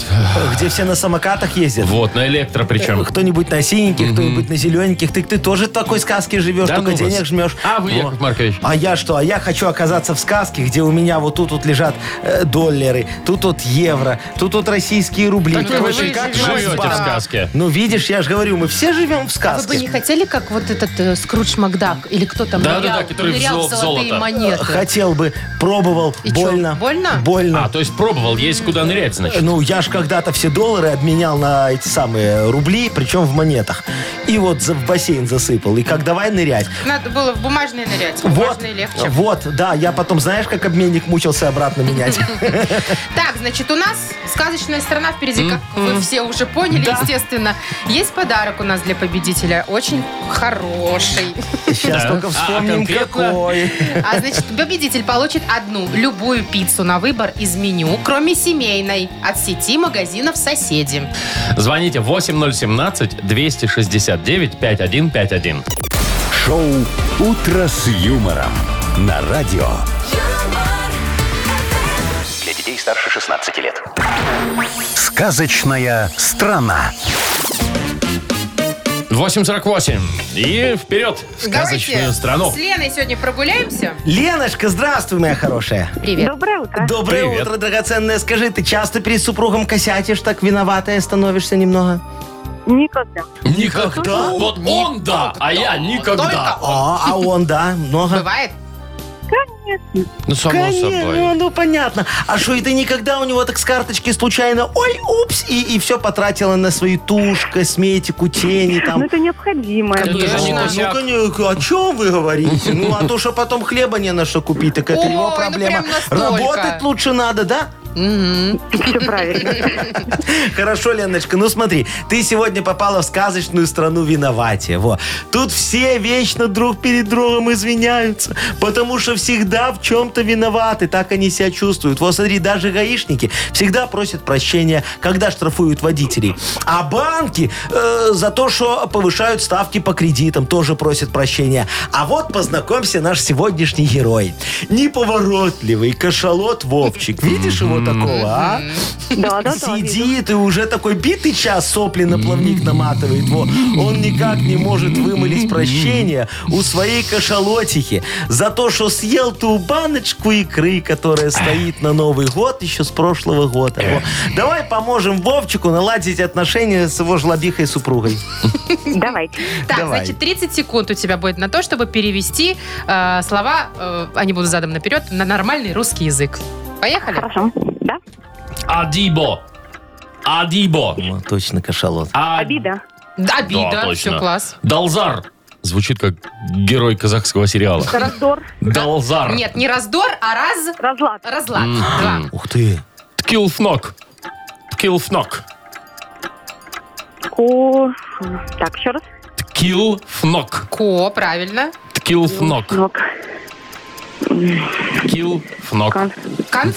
[SPEAKER 4] Где все на самокатах ездят?
[SPEAKER 2] вот, на электро причем.
[SPEAKER 4] Кто-нибудь на синеньких, кто-нибудь на зелененьких. Ты, ты тоже в такой сказке живешь,
[SPEAKER 2] Да
[SPEAKER 4] только
[SPEAKER 2] ну вас.
[SPEAKER 4] денег жмешь.
[SPEAKER 2] А вы,
[SPEAKER 4] Во.
[SPEAKER 2] Яков Маркович?
[SPEAKER 4] А я что? А я хочу оказаться в сказке, где у меня вот тут вот лежат э, доллары, тут вот евро, тут вот российские рубли.
[SPEAKER 2] Так
[SPEAKER 3] Ну,
[SPEAKER 2] вы
[SPEAKER 3] вы
[SPEAKER 2] же
[SPEAKER 3] же
[SPEAKER 2] как
[SPEAKER 3] живете
[SPEAKER 2] живете в
[SPEAKER 3] в
[SPEAKER 2] сказке?
[SPEAKER 4] Ну, видишь, я же говорю, мы все живем в
[SPEAKER 9] Вы бы не
[SPEAKER 4] сказке.
[SPEAKER 9] хотели, как вот этот э, Скрудж Макдак или кто там
[SPEAKER 2] Да-да-да,
[SPEAKER 9] нырял,
[SPEAKER 2] который в
[SPEAKER 9] нырял
[SPEAKER 2] зо-
[SPEAKER 9] в золотые
[SPEAKER 2] золото.
[SPEAKER 9] монеты?
[SPEAKER 4] Хотел бы, пробовал,
[SPEAKER 3] И чё,
[SPEAKER 4] больно.
[SPEAKER 3] больно?
[SPEAKER 4] Больно.
[SPEAKER 2] А, то есть пробовал, есть куда нырять, значит.
[SPEAKER 4] Ну, я ж когда-то все доллары обменял на эти самые рубли, причем в монетах. И вот за- в бассейн засыпал. И как давай нырять.
[SPEAKER 3] Надо было в бумажные нырять.
[SPEAKER 4] Вот,
[SPEAKER 3] Бумажные легче.
[SPEAKER 4] вот, да, я потом, знаешь, как обменник мучился обратно менять.
[SPEAKER 3] Так, значит, у нас сказочная страна впереди, как вы все уже поняли, естественно. Есть подарок у нас для победителя. Очень хороший.
[SPEAKER 4] Сейчас
[SPEAKER 2] Да.
[SPEAKER 4] только
[SPEAKER 2] А
[SPEAKER 4] вспомним,
[SPEAKER 2] конкретно?
[SPEAKER 4] какой.
[SPEAKER 3] А значит, победитель получит одну, любую пиццу на выбор из меню, кроме семейной, от сети магазинов «Соседи».
[SPEAKER 2] Звоните 8017-269-5151.
[SPEAKER 1] Шоу «Утро с юмором» на радио.
[SPEAKER 8] юмор,
[SPEAKER 6] Для детей старше 16 лет.
[SPEAKER 1] Сказочная страна.
[SPEAKER 2] 8.48. И вперед в сказочную
[SPEAKER 3] Давайте
[SPEAKER 2] страну.
[SPEAKER 3] с Леной сегодня прогуляемся.
[SPEAKER 4] Леночка, здравствуй, моя хорошая.
[SPEAKER 3] Привет.
[SPEAKER 5] Доброе утро.
[SPEAKER 4] Доброе
[SPEAKER 2] Привет.
[SPEAKER 4] утро, драгоценная. Скажи, ты часто перед супругом косятишь, так виноватая становишься немного?
[SPEAKER 5] Никогда.
[SPEAKER 2] Никогда. Вот он да, а я никогда.
[SPEAKER 4] О, а он, да, много.
[SPEAKER 3] Бывает?
[SPEAKER 2] Ну, само
[SPEAKER 4] Конечно, ну,
[SPEAKER 2] собой.
[SPEAKER 4] ну, понятно. А что это никогда у него так с карточки случайно, ой, упс, и, и все потратила на свои тушь, косметику, тени там.
[SPEAKER 5] Но Ну, это необходимо.
[SPEAKER 2] Как бы-
[SPEAKER 4] О,
[SPEAKER 2] же не
[SPEAKER 4] ну,
[SPEAKER 2] косяк.
[SPEAKER 4] конечно, о чем вы говорите? Ну, а то, что потом хлеба не на что купить, так это
[SPEAKER 3] Ой,
[SPEAKER 4] его
[SPEAKER 3] ну
[SPEAKER 4] проблема.
[SPEAKER 3] прям настолько.
[SPEAKER 4] Работать лучше надо, да?
[SPEAKER 3] Мгм.
[SPEAKER 5] Все правильно.
[SPEAKER 4] Хорошо, Леночка, ну смотри, ты сегодня попала в сказочную страну виноватия. Во. Тут все вечно друг перед другом извиняются, потому что всегда в чем-то виноваты, так они себя чувствуют. Вот смотри, даже гаишники всегда просят прощения, когда штрафуют водителей. А банки э, за то, что повышают ставки по кредитам, тоже просят прощения. А вот познакомься наш сегодняшний герой. Неповоротливый кашалот Вовчик. Видишь его такого, а?
[SPEAKER 5] Да, да, да.
[SPEAKER 4] Сидит и уже такой битый час сопли на плавник наматывает. Во. Он никак не может вымолить прощения у своей кашалотихи за то, что съел ту баночку икры, которая стоит на Новый год еще с прошлого года. Во. Давай поможем Вовчику наладить отношения с его жлобихой супругой.
[SPEAKER 5] видишь? Давайте.
[SPEAKER 3] Так,
[SPEAKER 4] Давай.
[SPEAKER 3] значит, 30 секунд у тебя будет на то, чтобы перевести э, слова, э, они будут задом наперед, на нормальный русский язык. Поехали?
[SPEAKER 5] Хорошо. Да?
[SPEAKER 2] Адибо. Адибо.
[SPEAKER 4] О, точно кашалот.
[SPEAKER 2] А-
[SPEAKER 5] Обида.
[SPEAKER 3] Да,
[SPEAKER 2] Да,
[SPEAKER 3] Обида,
[SPEAKER 2] точно.
[SPEAKER 3] все, класс.
[SPEAKER 2] Далзар. Звучит как герой казахского сериала.
[SPEAKER 5] Раздор.
[SPEAKER 2] Далзар.
[SPEAKER 3] Нет, не раздор, а раз...
[SPEAKER 5] Разлад.
[SPEAKER 3] Разлад.
[SPEAKER 2] Мгм.
[SPEAKER 3] Два.
[SPEAKER 4] Ух ты.
[SPEAKER 2] Ткилфнок. Ткилфнок.
[SPEAKER 5] Ко... Так, еще раз.
[SPEAKER 2] Ткилфнок.
[SPEAKER 3] Ко, правильно.
[SPEAKER 2] Ткилфнок.
[SPEAKER 5] Ног.
[SPEAKER 2] Ткилфнок.
[SPEAKER 5] Кон...
[SPEAKER 3] Канф.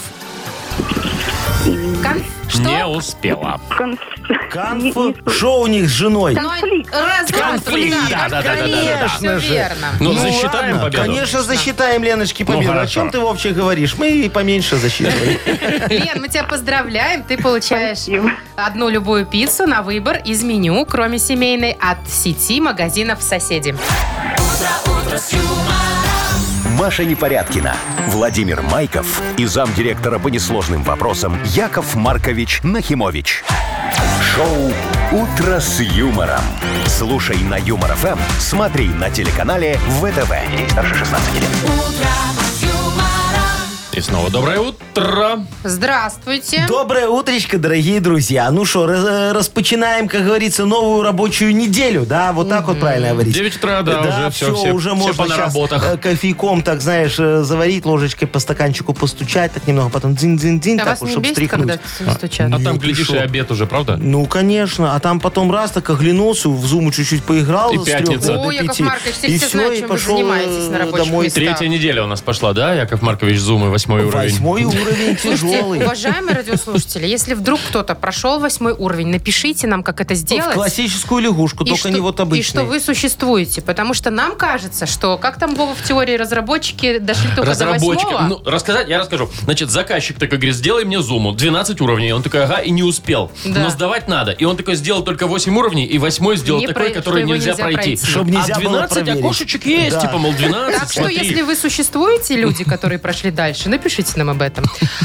[SPEAKER 3] Канф. Что?
[SPEAKER 2] Не успела.
[SPEAKER 5] Кон...
[SPEAKER 4] Канф, шо у них с женой?
[SPEAKER 3] Ну,
[SPEAKER 5] Конфликт.
[SPEAKER 3] Разлад.
[SPEAKER 2] Конфликт,
[SPEAKER 3] Да,
[SPEAKER 2] да, да, да, да, да, да.
[SPEAKER 3] Все
[SPEAKER 4] Конечно же.
[SPEAKER 3] верно.
[SPEAKER 2] Ну,
[SPEAKER 4] Ну,
[SPEAKER 2] засчитаем
[SPEAKER 4] ладно,
[SPEAKER 2] победу. Ну,
[SPEAKER 4] Конечно, засчитаем, Леночки, победу. О
[SPEAKER 2] хорошо.
[SPEAKER 4] чем ты, Вовчик, говоришь? Мы и поменьше засчитываем.
[SPEAKER 3] Лен, мы тебя поздравляем. Ты получаешь
[SPEAKER 5] Спасибо.
[SPEAKER 3] одну любую пиццу на выбор из меню, кроме семейной, от сети магазинов «Соседи».
[SPEAKER 1] Маша Непорядкина, Владимир Майков и замдиректора по несложным вопросам Яков Маркович Нахимович. Шоу «Утро с юмором». Слушай на Юмор ФМ, смотри на телеканале ВТВ. Ей старше 16 лет.
[SPEAKER 2] И снова доброе утро.
[SPEAKER 3] Здравствуйте.
[SPEAKER 4] Доброе утречко, дорогие друзья. Ну что, раз- э, распочинаем, как говорится, новую рабочую неделю, да? Вот так вот правильно говорить.
[SPEAKER 2] 9 утра, да, уже всё, все-
[SPEAKER 4] уже
[SPEAKER 2] все
[SPEAKER 4] можно
[SPEAKER 2] понаработах.
[SPEAKER 4] щас, э, кофейком, так знаешь, э, заварить, ложечкой по стаканчику постучать, так немного, потом дзин-дзин-дзин,
[SPEAKER 3] А
[SPEAKER 4] так
[SPEAKER 3] вас
[SPEAKER 4] вот,
[SPEAKER 3] не
[SPEAKER 4] чтобы
[SPEAKER 3] бесит,
[SPEAKER 4] встряхнуть.
[SPEAKER 3] когда стучат?
[SPEAKER 2] А
[SPEAKER 4] Нет,
[SPEAKER 2] там,
[SPEAKER 4] ты
[SPEAKER 2] глядишь, и
[SPEAKER 4] шо?
[SPEAKER 2] обед уже, правда?
[SPEAKER 4] Ну, конечно. А там потом раз так оглянулся, в зуму чуть-чуть поиграл.
[SPEAKER 2] И
[SPEAKER 4] с трёх
[SPEAKER 2] пятница.
[SPEAKER 4] до
[SPEAKER 3] Ой, Яков
[SPEAKER 4] пяти.
[SPEAKER 3] Маркович, все-
[SPEAKER 4] И
[SPEAKER 3] все
[SPEAKER 4] всё,
[SPEAKER 3] знают,
[SPEAKER 4] и
[SPEAKER 3] чем вы
[SPEAKER 4] пошёл, э,
[SPEAKER 3] занимаетесь на рабочем
[SPEAKER 4] домой.
[SPEAKER 3] месте.
[SPEAKER 2] Третья неделя у нас пошла, да, Яков Маркович, Зумы, восьмой уровень?
[SPEAKER 4] Восьмой уровень
[SPEAKER 3] Слушайте,
[SPEAKER 4] тяжелый.
[SPEAKER 3] уважаемые радиослушатели, если вдруг кто-то прошел восьмой уровень, напишите нам, как это
[SPEAKER 4] Ну, В
[SPEAKER 3] сделать.
[SPEAKER 4] классическую лягушку,
[SPEAKER 3] И
[SPEAKER 4] только
[SPEAKER 3] что-
[SPEAKER 4] не вот
[SPEAKER 3] И что
[SPEAKER 4] обычный.
[SPEAKER 3] вы существуете. Потому что нам кажется, что, как там Вова в теории, разработчики дошли только
[SPEAKER 2] Разработчик.
[SPEAKER 3] до восьмого.
[SPEAKER 2] Ну, рассказать, я расскажу. Значит, заказчик такой говорит, сделай мне зуму. 12 уровней. Он такой, ага, и не успел.
[SPEAKER 3] Да.
[SPEAKER 2] Но сдавать надо. И он такой сделал только 8 уровней, и 8 сделал
[SPEAKER 3] Не
[SPEAKER 2] такой,
[SPEAKER 3] про-
[SPEAKER 2] который
[SPEAKER 3] что его
[SPEAKER 2] нельзя,
[SPEAKER 3] нельзя
[SPEAKER 2] пройти.
[SPEAKER 3] пройти.
[SPEAKER 4] Чтоб нельзя
[SPEAKER 2] а
[SPEAKER 4] было
[SPEAKER 2] 12
[SPEAKER 4] проверить.
[SPEAKER 2] окошечек есть,
[SPEAKER 4] Да.
[SPEAKER 2] типа, мол, 12,
[SPEAKER 3] Так что,
[SPEAKER 2] смотри.
[SPEAKER 3] если вы существуете, люди, которые прошли дальше, напишите нам об этом.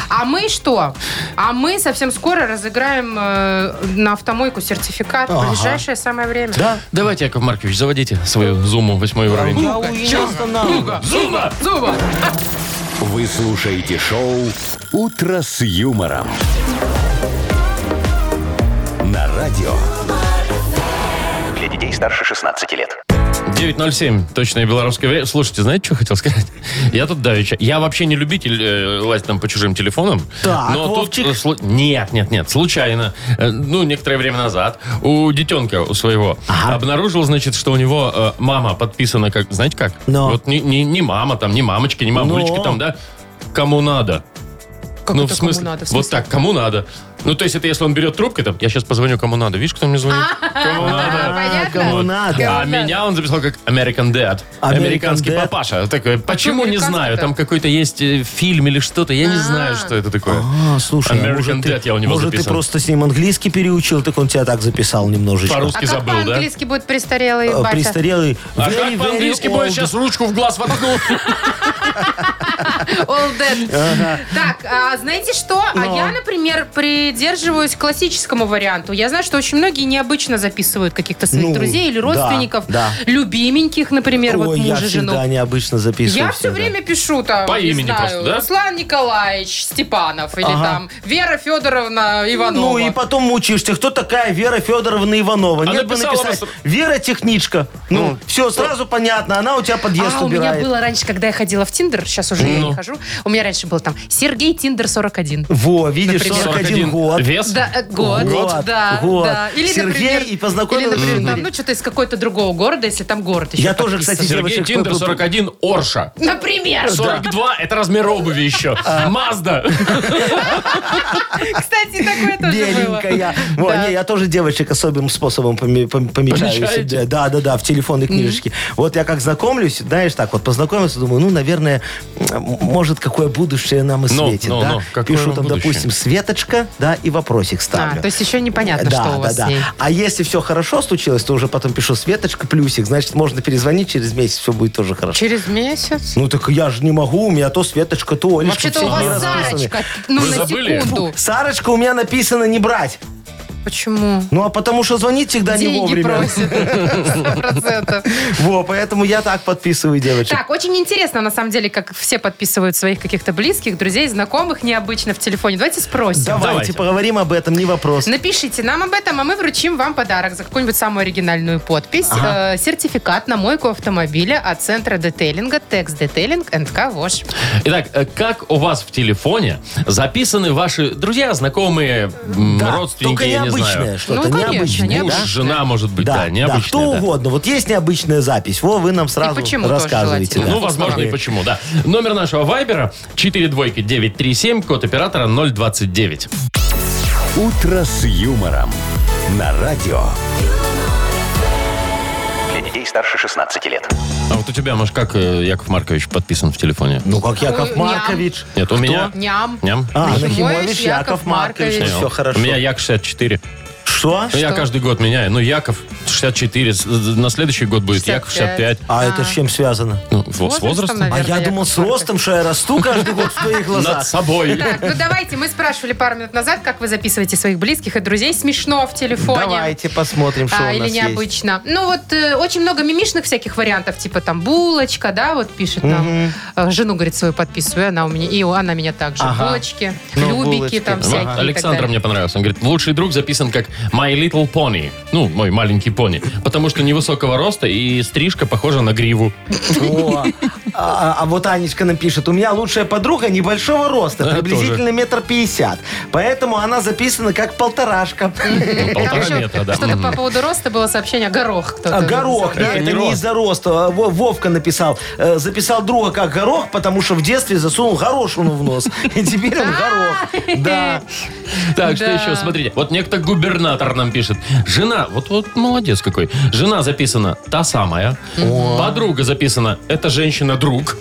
[SPEAKER 3] А мы что? А мы совсем скоро разыграем э, на автомойку сертификат. В
[SPEAKER 4] Ага.
[SPEAKER 3] ближайшее самое время.
[SPEAKER 4] Да?
[SPEAKER 2] Давайте, Яков Маркович, заводите свою зуму 8 уровень.
[SPEAKER 4] Да, у нас там надо.
[SPEAKER 2] Зума!
[SPEAKER 3] Зуба!
[SPEAKER 4] Ну,
[SPEAKER 1] Вы слушаете шоу «Утро с юмором». На радио.
[SPEAKER 6] Для детей старше 16 лет.
[SPEAKER 2] 9.07, точное белорусское время. Слушайте, знаете, что хотел сказать? Я тут давеча. Я вообще не любитель э, лазить там по чужим телефонам.
[SPEAKER 4] Так,
[SPEAKER 2] но
[SPEAKER 4] Вовчик.
[SPEAKER 2] тут... э, слу- Нет, нет, нет, случайно. Э, ну, некоторое время назад у детенка у своего обнаружил, значит, что у него э, мама подписана как... Знаете как?
[SPEAKER 4] Но.
[SPEAKER 2] Вот не, не- не мама там, не мамочки, не мамулечки
[SPEAKER 4] Но.
[SPEAKER 2] там, да? Кому надо. ну,
[SPEAKER 9] это
[SPEAKER 2] в смысле,
[SPEAKER 9] кому надо? В
[SPEAKER 2] вот
[SPEAKER 9] смысле?
[SPEAKER 2] так, кому надо. Ну, то есть, это если он берет трубку, там, я сейчас позвоню кому надо. Видишь, кто мне звонит? Кому
[SPEAKER 4] А,
[SPEAKER 2] надо.
[SPEAKER 3] Ну
[SPEAKER 4] кому
[SPEAKER 2] Вот.
[SPEAKER 4] надо.
[SPEAKER 2] А меня он записал как American Dad.
[SPEAKER 4] American
[SPEAKER 2] Американский
[SPEAKER 4] Dad.
[SPEAKER 2] папаша. Такой, почему не
[SPEAKER 3] американский-то?
[SPEAKER 2] знаю? Там какой-то есть э, фильм или что-то. Я
[SPEAKER 3] А.
[SPEAKER 2] не знаю, что это такое.
[SPEAKER 4] А, слушай, а
[SPEAKER 2] American
[SPEAKER 4] может, ты,
[SPEAKER 2] Dad я у него
[SPEAKER 4] может ты
[SPEAKER 2] записан.
[SPEAKER 4] просто с ним английский переучил, так он тебя так записал немножечко.
[SPEAKER 2] По-русски
[SPEAKER 3] А как
[SPEAKER 2] забыл, да?
[SPEAKER 3] по-английски будет престарелый
[SPEAKER 4] Э,
[SPEAKER 3] батя?
[SPEAKER 4] Престарелый.
[SPEAKER 2] А
[SPEAKER 4] Very,
[SPEAKER 2] как
[SPEAKER 4] very
[SPEAKER 2] по-английски
[SPEAKER 4] old.
[SPEAKER 2] будет сейчас ручку в глаз воткнул?
[SPEAKER 3] All dead. Так, а знаете что? А
[SPEAKER 4] Ну.
[SPEAKER 3] я, например, придерживаюсь классическому варианту. Я знаю, что очень многие необычно записывают каких-то своих
[SPEAKER 4] Ну,
[SPEAKER 3] друзей или
[SPEAKER 4] да,
[SPEAKER 3] родственников.
[SPEAKER 4] да.
[SPEAKER 3] Любименьких, например, вот
[SPEAKER 4] Ой, я
[SPEAKER 3] мужа, жену.
[SPEAKER 4] всегда необычно записываю.
[SPEAKER 3] Я все
[SPEAKER 4] всегда.
[SPEAKER 3] время пишу там,
[SPEAKER 2] По
[SPEAKER 3] не
[SPEAKER 2] имени
[SPEAKER 3] знаю,
[SPEAKER 2] просто, да?
[SPEAKER 3] Руслан Николаевич Степанов или
[SPEAKER 4] Ага.
[SPEAKER 3] там Вера Федоровна Иванова.
[SPEAKER 4] Ну и потом мучаешься, кто такая Вера Федоровна Иванова.
[SPEAKER 2] А
[SPEAKER 4] Нет бы
[SPEAKER 2] написала
[SPEAKER 4] написать
[SPEAKER 2] бы
[SPEAKER 4] Вера Техничка. Ну, все, сразу понятно, она у тебя подъезд
[SPEAKER 3] А, у меня
[SPEAKER 4] убирает.
[SPEAKER 3] было раньше, когда я ходила в Тиндер, сейчас уже я
[SPEAKER 2] Ну.
[SPEAKER 3] не хожу, у меня раньше был там Сергей Тиндер 41.
[SPEAKER 4] Во, видишь,
[SPEAKER 3] Например.
[SPEAKER 4] 41 год.
[SPEAKER 2] Вес?
[SPEAKER 3] Да, э, год,
[SPEAKER 4] Год,
[SPEAKER 3] да,
[SPEAKER 4] год.
[SPEAKER 3] да. Или,
[SPEAKER 4] Сергей,
[SPEAKER 3] например,
[SPEAKER 4] и познакомилась
[SPEAKER 3] Или, например,
[SPEAKER 4] с
[SPEAKER 3] там,
[SPEAKER 4] Юлей.
[SPEAKER 3] ну, что-то из какого-то другого города, если там город еще
[SPEAKER 4] Я тоже,
[SPEAKER 3] подписан.
[SPEAKER 4] кстати,
[SPEAKER 2] Сергей
[SPEAKER 4] девочек...
[SPEAKER 2] Тиндер, 41, Орша.
[SPEAKER 3] Например.
[SPEAKER 2] 42 это размер обуви еще.
[SPEAKER 4] А.
[SPEAKER 2] Мазда.
[SPEAKER 3] Кстати, такое тоже было.
[SPEAKER 4] Беленькая. Во,
[SPEAKER 3] Да.
[SPEAKER 4] не, я тоже девочек особым способом поме- пом- помечаю
[SPEAKER 2] Помечаете?
[SPEAKER 4] себе. Да, да, да, в телефонной книжечке. Вот я как знакомлюсь, знаешь, так вот познакомился, думаю, ну, наверное, м, может, какое будущее нам и
[SPEAKER 2] Ну,
[SPEAKER 4] светит,
[SPEAKER 2] ну,
[SPEAKER 4] да?
[SPEAKER 2] ну, какое
[SPEAKER 4] Пишу
[SPEAKER 2] вам
[SPEAKER 4] там,
[SPEAKER 2] будущее?
[SPEAKER 4] допустим, Светочка, да, и вопросик ставлю.
[SPEAKER 3] А, то есть еще непонятно,
[SPEAKER 4] Да,
[SPEAKER 3] что у
[SPEAKER 4] да,
[SPEAKER 3] вас
[SPEAKER 4] да.
[SPEAKER 3] с ней.
[SPEAKER 4] А если все хорошо случилось, то уже потом пишу Светочка плюсик. Значит, можно перезвонить через месяц, все будет тоже хорошо.
[SPEAKER 3] Через месяц.
[SPEAKER 4] Ну так я же не могу, у меня то Светочка, то Олечка.
[SPEAKER 3] Вообще-то
[SPEAKER 4] все
[SPEAKER 3] у вас
[SPEAKER 4] дни расписаны.
[SPEAKER 3] Сарочка. Ну,
[SPEAKER 2] Вы
[SPEAKER 3] на
[SPEAKER 2] забыли?
[SPEAKER 3] секунду.
[SPEAKER 4] Сарочка у меня написано не брать.
[SPEAKER 3] Почему?
[SPEAKER 4] Ну а потому что звонить всегда не
[SPEAKER 3] Деньги
[SPEAKER 4] вовремя.
[SPEAKER 3] просит. 100%.
[SPEAKER 4] Во, поэтому я так подписываю девочек.
[SPEAKER 3] Так, очень интересно, на самом деле, как все подписывают своих каких-то близких, друзей, знакомых необычно в телефоне. Давайте спросим.
[SPEAKER 4] Давайте,
[SPEAKER 2] Давайте.
[SPEAKER 4] поговорим об этом, не вопрос.
[SPEAKER 3] Напишите нам об этом, а мы вручим вам подарок за какую-нибудь самую оригинальную подпись. Э, сертификат на мойку автомобиля от центра детейлинга Текс Детейлинг НК ВОЖ.
[SPEAKER 2] Итак, э, как у вас в телефоне записаны ваши друзья, знакомые, м,
[SPEAKER 4] Да,
[SPEAKER 2] родственники,
[SPEAKER 4] только
[SPEAKER 2] я не
[SPEAKER 4] необычное
[SPEAKER 2] знаю.
[SPEAKER 4] что-то,
[SPEAKER 3] Ну, конечно,
[SPEAKER 4] необычное.
[SPEAKER 3] необычное.
[SPEAKER 2] Муж,
[SPEAKER 3] да?
[SPEAKER 2] жена, может быть, да,
[SPEAKER 4] кто
[SPEAKER 2] необычная. да.
[SPEAKER 4] угодно. Вот есть необычная запись. Во, вы нам сразу
[SPEAKER 3] почему тоже
[SPEAKER 4] рассказываете.
[SPEAKER 3] желательно.
[SPEAKER 4] да.
[SPEAKER 2] Ну, возможно, и почему, да. Номер нашего вайбера 42937, код оператора 029.
[SPEAKER 1] «Утро с юмором» на радио.
[SPEAKER 6] Для детей старше 16 лет.
[SPEAKER 2] А вот у тебя, Маш, как э, Яков Маркович подписан в телефоне?
[SPEAKER 4] Ну, как Яков
[SPEAKER 3] Ой,
[SPEAKER 4] Маркович.
[SPEAKER 2] Нет, у меня...
[SPEAKER 3] Ням.
[SPEAKER 2] Ням?
[SPEAKER 4] А,
[SPEAKER 3] Нахимович
[SPEAKER 4] Нахимович
[SPEAKER 3] Яков
[SPEAKER 4] Яков Маркович.
[SPEAKER 3] Маркович.
[SPEAKER 2] Понял.
[SPEAKER 4] Все хорошо.
[SPEAKER 2] У меня Як 64.
[SPEAKER 4] Что?
[SPEAKER 2] Ну, Я каждый год меняю. Ну, Яков 64. с- На следующий год будет Яков 65.
[SPEAKER 3] 65.
[SPEAKER 4] А это с чем связано?
[SPEAKER 2] Ну, вот с возрастом.
[SPEAKER 4] А я
[SPEAKER 3] Наверное,
[SPEAKER 4] думал,
[SPEAKER 3] Яков
[SPEAKER 4] с ростом, что я расту каждый год в твоих
[SPEAKER 2] Над
[SPEAKER 4] глазах.
[SPEAKER 2] собой.
[SPEAKER 3] Так, ну давайте, мы спрашивали пару минут назад, как вы записываете своих близких и друзей смешно в телефоне.
[SPEAKER 4] Давайте посмотрим, что
[SPEAKER 3] А,
[SPEAKER 4] у
[SPEAKER 3] или
[SPEAKER 4] нас есть.
[SPEAKER 3] необычно. Ну, вот э, очень много мимишных всяких вариантов, типа там булочка, да, вот пишет нам. Э, жену, говорит, свою подписываю, она у меня, и она меня также.
[SPEAKER 4] Ага.
[SPEAKER 3] Булочки,
[SPEAKER 4] Ну,
[SPEAKER 3] любики
[SPEAKER 4] булочки,
[SPEAKER 3] там
[SPEAKER 4] да.
[SPEAKER 3] всякие.
[SPEAKER 2] Вот
[SPEAKER 3] и так
[SPEAKER 2] Александр
[SPEAKER 3] далее.
[SPEAKER 2] мне понравился. Он говорит, лучший друг записан как My Little Pony. Ну, мой маленький пони. Потому что невысокого роста и стрижка похожа на гриву.
[SPEAKER 4] О, а, а вот Анечка напишет, у меня лучшая подруга небольшого роста,
[SPEAKER 2] Да,
[SPEAKER 4] приблизительно метр пятьдесят. Поэтому она записана как полторашка.
[SPEAKER 2] Ну,
[SPEAKER 3] Там
[SPEAKER 2] полтора
[SPEAKER 3] еще
[SPEAKER 2] метра, да.
[SPEAKER 3] Что-то
[SPEAKER 2] Мгм.
[SPEAKER 3] по поводу роста было сообщение, горох кто-то.
[SPEAKER 4] А горох,
[SPEAKER 2] Это
[SPEAKER 4] да, это
[SPEAKER 2] не
[SPEAKER 4] не
[SPEAKER 2] рост.
[SPEAKER 4] из-за роста. А, Во- Вовка написал, э, записал друга как горох, потому что в детстве засунул горошину в нос. И теперь он
[SPEAKER 2] А.
[SPEAKER 4] горох. Да.
[SPEAKER 2] Так, что
[SPEAKER 3] Да.
[SPEAKER 2] еще, смотрите. Вот некто губернатор нам пишет. Жена, вот, вот молодец какой. Жена записана та самая. Подруга записана, это женщина-друг.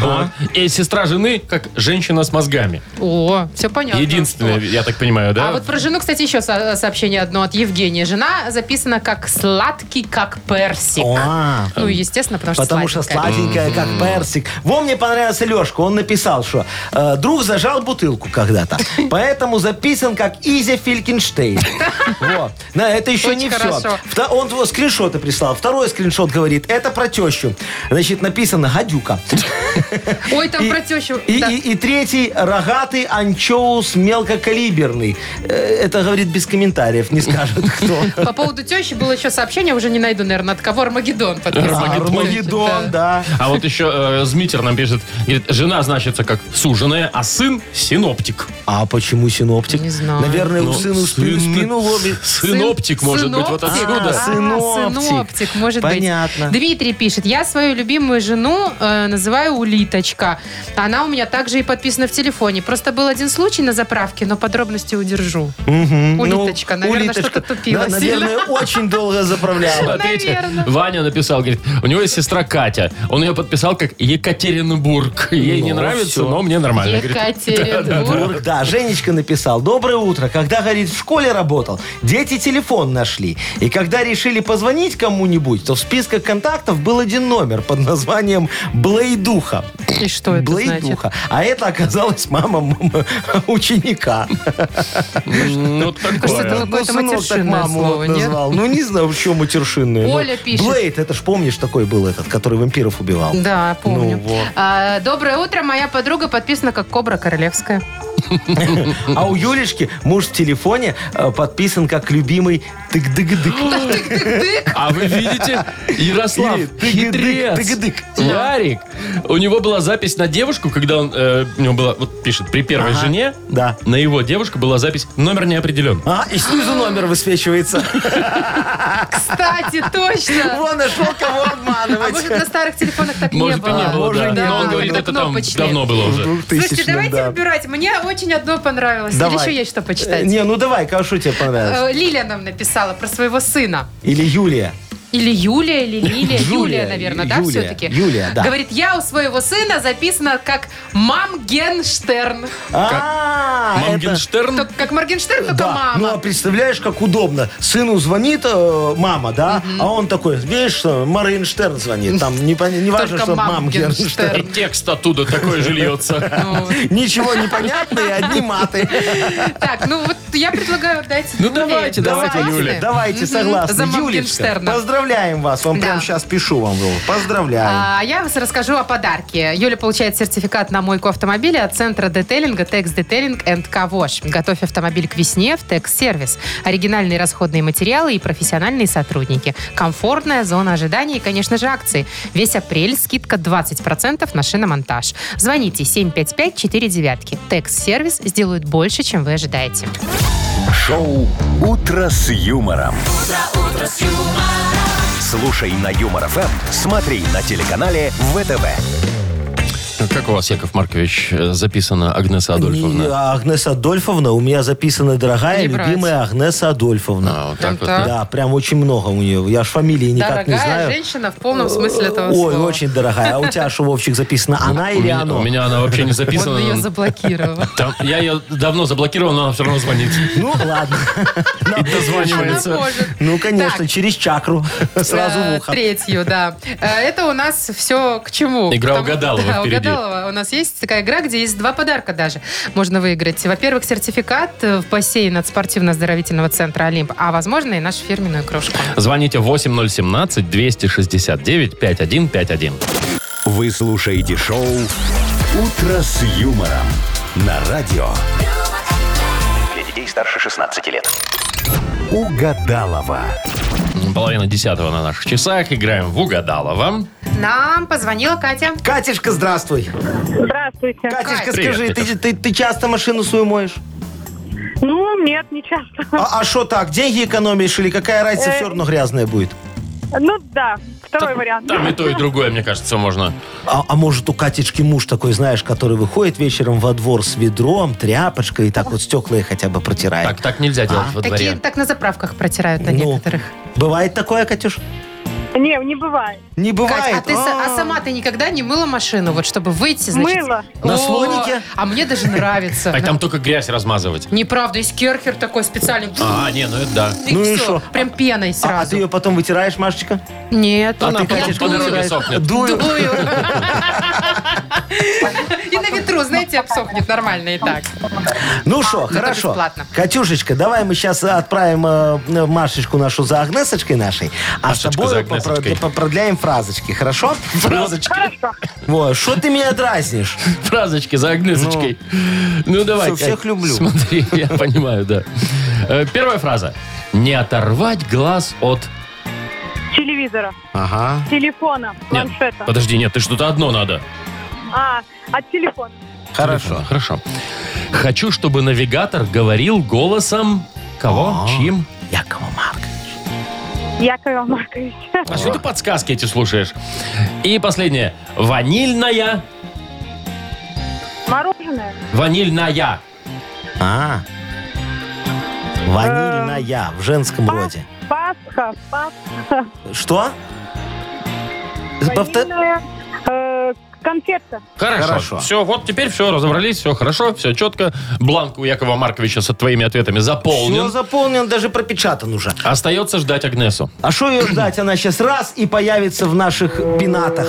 [SPEAKER 2] Вот. И сестра жены, как женщина с мозгами.
[SPEAKER 3] О, все понятно.
[SPEAKER 2] Единственная, я так понимаю, да?
[SPEAKER 3] А вот про жену, кстати, еще со- сообщение одно от Евгения. Жена записана как сладкий, как персик.
[SPEAKER 4] А.
[SPEAKER 3] Ну, естественно, потому что
[SPEAKER 4] Потому что
[SPEAKER 3] сладенькая.
[SPEAKER 4] сладенькая, как персик. Во мне понравился Лешка. Он написал, что э, друг зажал бутылку когда-то. Поэтому записан как Изя Филькенштейн. Вот. На, это еще
[SPEAKER 3] Очень
[SPEAKER 4] не все.
[SPEAKER 3] хорошо.
[SPEAKER 4] Вта- Он вот скриншоты прислал. Второй скриншот говорит, это про тещу. Значит, написано гадюка.
[SPEAKER 3] Ой, там
[SPEAKER 4] И-
[SPEAKER 3] про тещу.
[SPEAKER 4] И,
[SPEAKER 3] Да.
[SPEAKER 4] и- и третий рогатый анчоус мелкокалиберный. Э, Это говорит без комментариев, не скажут кто.
[SPEAKER 3] По поводу тещи было еще сообщение, уже не найду, наверное, от кого Армагеддон. подписал.
[SPEAKER 4] А, Армагеддон, да.
[SPEAKER 2] А вот еще э, Змитер нам пишет, говорит, жена значится как суженая, а сын синоптик. Ну,
[SPEAKER 4] А почему синоптик?
[SPEAKER 3] Не знаю.
[SPEAKER 4] Наверное, у сына спину,
[SPEAKER 2] сын-
[SPEAKER 4] спину ломит.
[SPEAKER 2] Сыноптик, может быть, вот
[SPEAKER 3] Сыноптик.
[SPEAKER 2] отсюда.
[SPEAKER 3] А,
[SPEAKER 4] Сыноптик.
[SPEAKER 3] сыноптик, может
[SPEAKER 4] Понятно.
[SPEAKER 3] быть. Дмитрий пишет, я свою любимую жену э, называю Улиточка. Она у меня также и подписана в телефоне. Просто был один случай на заправке, но подробности удержу.
[SPEAKER 4] Мгм.
[SPEAKER 3] Улиточка, наверное,
[SPEAKER 4] ну, улиточка.
[SPEAKER 3] что-то тупила
[SPEAKER 4] Да, наверное, очень долго заправляла.
[SPEAKER 2] Смотрите,
[SPEAKER 3] Наверно.
[SPEAKER 2] Ваня написал, говорит, у него есть сестра Катя. Он ее подписал как Екатеринбург. Ей не
[SPEAKER 4] Ну,
[SPEAKER 2] нравится,
[SPEAKER 4] всё.
[SPEAKER 2] но мне нормально. Говорит,
[SPEAKER 3] Екатеринбург.
[SPEAKER 4] Петербург, да, Женечка написал. Доброе утро. Когда, говорит, в школе работал, дети телефон нашли. И когда решили позвонить кому-нибудь, то в списках контактов был один номер под названием Блейдуха.
[SPEAKER 3] И что это значит?
[SPEAKER 4] Блейдуха. А это оказалась мама м- ученика.
[SPEAKER 2] ну,
[SPEAKER 3] Кажется, это
[SPEAKER 2] такое.
[SPEAKER 3] какое-то
[SPEAKER 4] ну, сынок так
[SPEAKER 3] матершинное
[SPEAKER 4] маму
[SPEAKER 3] слово,
[SPEAKER 4] вот
[SPEAKER 3] нет?
[SPEAKER 4] назвал. Ну, не знаю, в чем матершинное. Ну,
[SPEAKER 3] Оля пишет.
[SPEAKER 4] Блейд, это ж помнишь, такой был этот, который вампиров убивал.
[SPEAKER 3] Да, помню.
[SPEAKER 4] Ну, вот.
[SPEAKER 3] А, доброе утро, моя подруга подписана как Кобра Королевская.
[SPEAKER 4] А у Юлечки муж в телефоне э, подписан как любимый тык-дык-дык.
[SPEAKER 2] А вы видите, Ярослав,
[SPEAKER 4] Или тыгыдык,
[SPEAKER 2] хитрец,
[SPEAKER 4] тыгыдык.
[SPEAKER 2] Ярик. У него была запись на девушку, когда он, э, у него была, вот пишет, при первой
[SPEAKER 4] Ага,
[SPEAKER 2] жене,
[SPEAKER 4] да.
[SPEAKER 2] на его девушку была запись, номер не определен.
[SPEAKER 4] А, и снизу номер высвечивается.
[SPEAKER 3] Кстати, точно!
[SPEAKER 4] Вон нашел кого
[SPEAKER 3] А может, на
[SPEAKER 4] обманывать.
[SPEAKER 3] старых телефонах так
[SPEAKER 2] Может быть, не
[SPEAKER 4] было.
[SPEAKER 2] было,
[SPEAKER 4] Может,
[SPEAKER 2] да.
[SPEAKER 4] и не
[SPEAKER 2] Но он
[SPEAKER 4] было.
[SPEAKER 2] говорит,
[SPEAKER 3] Да,
[SPEAKER 2] это там
[SPEAKER 3] кнопочные.
[SPEAKER 2] давно было
[SPEAKER 4] Ну,
[SPEAKER 2] уже.
[SPEAKER 3] Слушайте, давайте выбирать. Мне очень одно понравилось. Или еще есть что
[SPEAKER 2] Э,
[SPEAKER 3] почитать?
[SPEAKER 4] Не, ну давай, кого что тебе понравилось?
[SPEAKER 3] Э, Лилия нам написала про своего сына.
[SPEAKER 4] Или Юлия.
[SPEAKER 3] Или Юлия, или Лилия.
[SPEAKER 4] Джулия,
[SPEAKER 3] Юлия, наверное, да,
[SPEAKER 4] Юлия,
[SPEAKER 3] все-таки?
[SPEAKER 4] Юлия, да.
[SPEAKER 3] Говорит, я у своего сына записана как мам Генштерн.
[SPEAKER 4] А, это-
[SPEAKER 2] Мамгенштерн?
[SPEAKER 3] Только Как Моргенштерн, только
[SPEAKER 4] Да, ну а
[SPEAKER 3] мама.
[SPEAKER 4] представляешь, как удобно. Сыну звонит э, мама, да, а он такой, видишь, что Маринштерн звонит. Там не, пон- не важно,
[SPEAKER 3] Только
[SPEAKER 4] что мам
[SPEAKER 2] И
[SPEAKER 3] Мамгенштерн.
[SPEAKER 4] Гернштерн.
[SPEAKER 2] текст оттуда такой же льется.
[SPEAKER 3] Ну,
[SPEAKER 4] Ничего не понятно и одни маты.
[SPEAKER 3] Так, ну вот я предлагаю дать
[SPEAKER 2] Ну,
[SPEAKER 3] Юле.
[SPEAKER 2] давайте, давайте,
[SPEAKER 3] Согласны?
[SPEAKER 2] Юля.
[SPEAKER 4] Давайте,
[SPEAKER 3] Мгм.
[SPEAKER 4] согласны.
[SPEAKER 3] За
[SPEAKER 4] Юлечка,
[SPEAKER 3] Моргенштерна.
[SPEAKER 4] поздравляем вас. Вам
[SPEAKER 3] Да.
[SPEAKER 4] прямо сейчас пишу вам, Вова. Поздравляем.
[SPEAKER 3] А я вас расскажу о подарке. Юля получает сертификат на мойку автомобиля от центра детейлинга Текс Детейлинг энд Кавош. Готовь автомобиль к весне в Текс Сервис. Оригинальные расходные материалы и профессиональные сотрудники. Комфортная зона ожидания и, конечно же, акции. Весь апрель скидка 20% на шиномонтаж. Звоните 755-49. Текс Сервис сделают больше, чем вы ожидаете.
[SPEAKER 1] Шоу «Утро с юмором». Слушай на Юмор ФМ, смотри на телеканале ВТВ.
[SPEAKER 2] Как у вас, Яков Маркович, э, записано Агнеса
[SPEAKER 4] И,
[SPEAKER 2] Адольфовна?
[SPEAKER 4] а, Агнеса Адольфовна, у меня записана дорогая,
[SPEAKER 3] Не брать.
[SPEAKER 4] любимая Агнеса Адольфовна.
[SPEAKER 2] А, вот так вот.
[SPEAKER 3] Так.
[SPEAKER 4] Да, прям очень много у нее. Я ж фамилии никак не
[SPEAKER 3] Дорогая
[SPEAKER 4] знаю.
[SPEAKER 3] женщина в полном смысле этого
[SPEAKER 4] Ой,
[SPEAKER 3] слова.
[SPEAKER 4] очень дорогая. А у тебя, что, Вовчик, записано она
[SPEAKER 2] У
[SPEAKER 4] или
[SPEAKER 2] меня-
[SPEAKER 4] оно?
[SPEAKER 2] У меня она вообще не
[SPEAKER 3] Он ее
[SPEAKER 2] записана.
[SPEAKER 3] заблокировал.
[SPEAKER 2] Там- Я ее давно заблокировал, но она все равно звонит.
[SPEAKER 4] Ну, ладно.
[SPEAKER 2] И дозванивается.
[SPEAKER 3] Она может.
[SPEAKER 4] Ну, конечно,
[SPEAKER 3] Так.
[SPEAKER 4] через чакру. Сразу в
[SPEAKER 3] Э,
[SPEAKER 4] ухо.
[SPEAKER 3] Третью, да. Э, Это у нас все к чему?
[SPEAKER 2] Игра
[SPEAKER 3] Потому-
[SPEAKER 2] угадалова
[SPEAKER 3] Да,
[SPEAKER 2] впереди.
[SPEAKER 3] угадалова. У нас есть такая игра, где есть два подарка даже. Можно выиграть. Во-первых, сертификат э, в бассейн от спортивно-оздоровительного центра «Олимп», а, возможно, и нашу фирменную кружку.
[SPEAKER 2] Звоните 8017-269-5151.
[SPEAKER 1] Вы слушаете шоу «Утро с юмором» на радио
[SPEAKER 6] Для детей старше 16 лет.
[SPEAKER 1] «Угадалова».
[SPEAKER 2] Половина десятого на наших часах. Играем в Угадалово.
[SPEAKER 3] Нам позвонила Катя.
[SPEAKER 4] Катюшка, здравствуй.
[SPEAKER 5] Здравствуйте.
[SPEAKER 4] Катюшка,
[SPEAKER 2] Привет,
[SPEAKER 4] скажи, ты,
[SPEAKER 2] Катюш.
[SPEAKER 4] ты- ты часто машину свою моешь?
[SPEAKER 5] Ну, нет, не часто.
[SPEAKER 4] А что так, деньги экономишь или какая разница,
[SPEAKER 5] Э.
[SPEAKER 4] все равно грязная будет?
[SPEAKER 5] Ну, да, второй вариант.
[SPEAKER 2] Там и то, и другое, мне кажется, можно.
[SPEAKER 4] А, а может, у Катечки муж такой, знаешь, который выходит вечером во двор с ведром, тряпочкой и так вот стекла их хотя бы протирает.
[SPEAKER 2] Так, так нельзя делать во
[SPEAKER 3] Такие
[SPEAKER 2] дворе.
[SPEAKER 3] так на заправках протирают на
[SPEAKER 4] Ну,
[SPEAKER 3] некоторых.
[SPEAKER 4] Бывает такое, Катюш?
[SPEAKER 5] Не, не бывает.
[SPEAKER 4] Не
[SPEAKER 3] Кать,
[SPEAKER 4] бывает.
[SPEAKER 3] а, ты, с- а сама ты никогда не мыла машину, вот чтобы выйти, значит...
[SPEAKER 5] Мыла.
[SPEAKER 4] На
[SPEAKER 3] О,
[SPEAKER 4] слонике?
[SPEAKER 3] А мне даже нравится.
[SPEAKER 2] А там только грязь размазывать.
[SPEAKER 3] Неправда, есть керхер такой специальный.
[SPEAKER 2] А, не, ну это да.
[SPEAKER 4] Ну и
[SPEAKER 3] всё,
[SPEAKER 4] шо?
[SPEAKER 3] Прям пеной
[SPEAKER 4] А- а ты
[SPEAKER 3] сразу.
[SPEAKER 4] ее потом вытираешь, Машечка?
[SPEAKER 3] Нет,
[SPEAKER 2] Она
[SPEAKER 3] я
[SPEAKER 2] А потом по
[SPEAKER 3] дую.
[SPEAKER 2] дороге сохнет.
[SPEAKER 4] Дую.
[SPEAKER 3] Дую. И на ветру, знаете, обсохнет нормально и так.
[SPEAKER 4] Ну что,
[SPEAKER 3] А, это
[SPEAKER 4] хорошо.
[SPEAKER 3] бесплатно.
[SPEAKER 4] Катюшечка, давай мы сейчас отправим э, Машечку нашу за Агнесочкой нашей, а
[SPEAKER 2] Машечка
[SPEAKER 4] с
[SPEAKER 2] за
[SPEAKER 4] тобой
[SPEAKER 2] Агнесочкой.
[SPEAKER 4] попро- попродляем фразочки, хорошо?
[SPEAKER 2] Фразочки,
[SPEAKER 5] Хорошо.
[SPEAKER 4] Вот, что ты меня дразнишь?
[SPEAKER 2] фразочки за Агнесочкой. Ну, давай.
[SPEAKER 4] Всё, всех
[SPEAKER 2] Кать,
[SPEAKER 4] люблю.
[SPEAKER 2] Смотри, я понимаю, да. Э, Первая фраза. Не оторвать глаз от...
[SPEAKER 5] Телевизора,
[SPEAKER 4] Ага.
[SPEAKER 5] телефона,
[SPEAKER 2] Нет,
[SPEAKER 5] планшета.
[SPEAKER 2] подожди, нет, ты что-то одно надо.
[SPEAKER 5] А, от телефона.
[SPEAKER 4] Хорошо.
[SPEAKER 2] Хорошо. Хочу, чтобы навигатор говорил голосом...
[SPEAKER 4] А.
[SPEAKER 2] Кого? Чьим?
[SPEAKER 4] Якова Маркович.
[SPEAKER 5] Якова Марковича.
[SPEAKER 2] А что ты подсказки эти слушаешь? И последнее. Ванильная.
[SPEAKER 5] Мороженое.
[SPEAKER 2] Ванильная.
[SPEAKER 4] А. Ванильная в женском роде.
[SPEAKER 5] Пасха. Пасха.
[SPEAKER 4] Что? Повтор-
[SPEAKER 5] Ванильная, э, Конфетка.
[SPEAKER 2] Хорошо.
[SPEAKER 4] Хорошо.
[SPEAKER 2] Все, вот теперь все, разобрались, все хорошо, все четко. Бланк у Якова Марковича с твоими ответами
[SPEAKER 4] Все
[SPEAKER 2] заполнен.
[SPEAKER 4] заполнен, даже пропечатан уже.
[SPEAKER 2] Остается ждать Агнесу.
[SPEAKER 4] А что ее ждать? Она сейчас раз и появится в наших пенатах.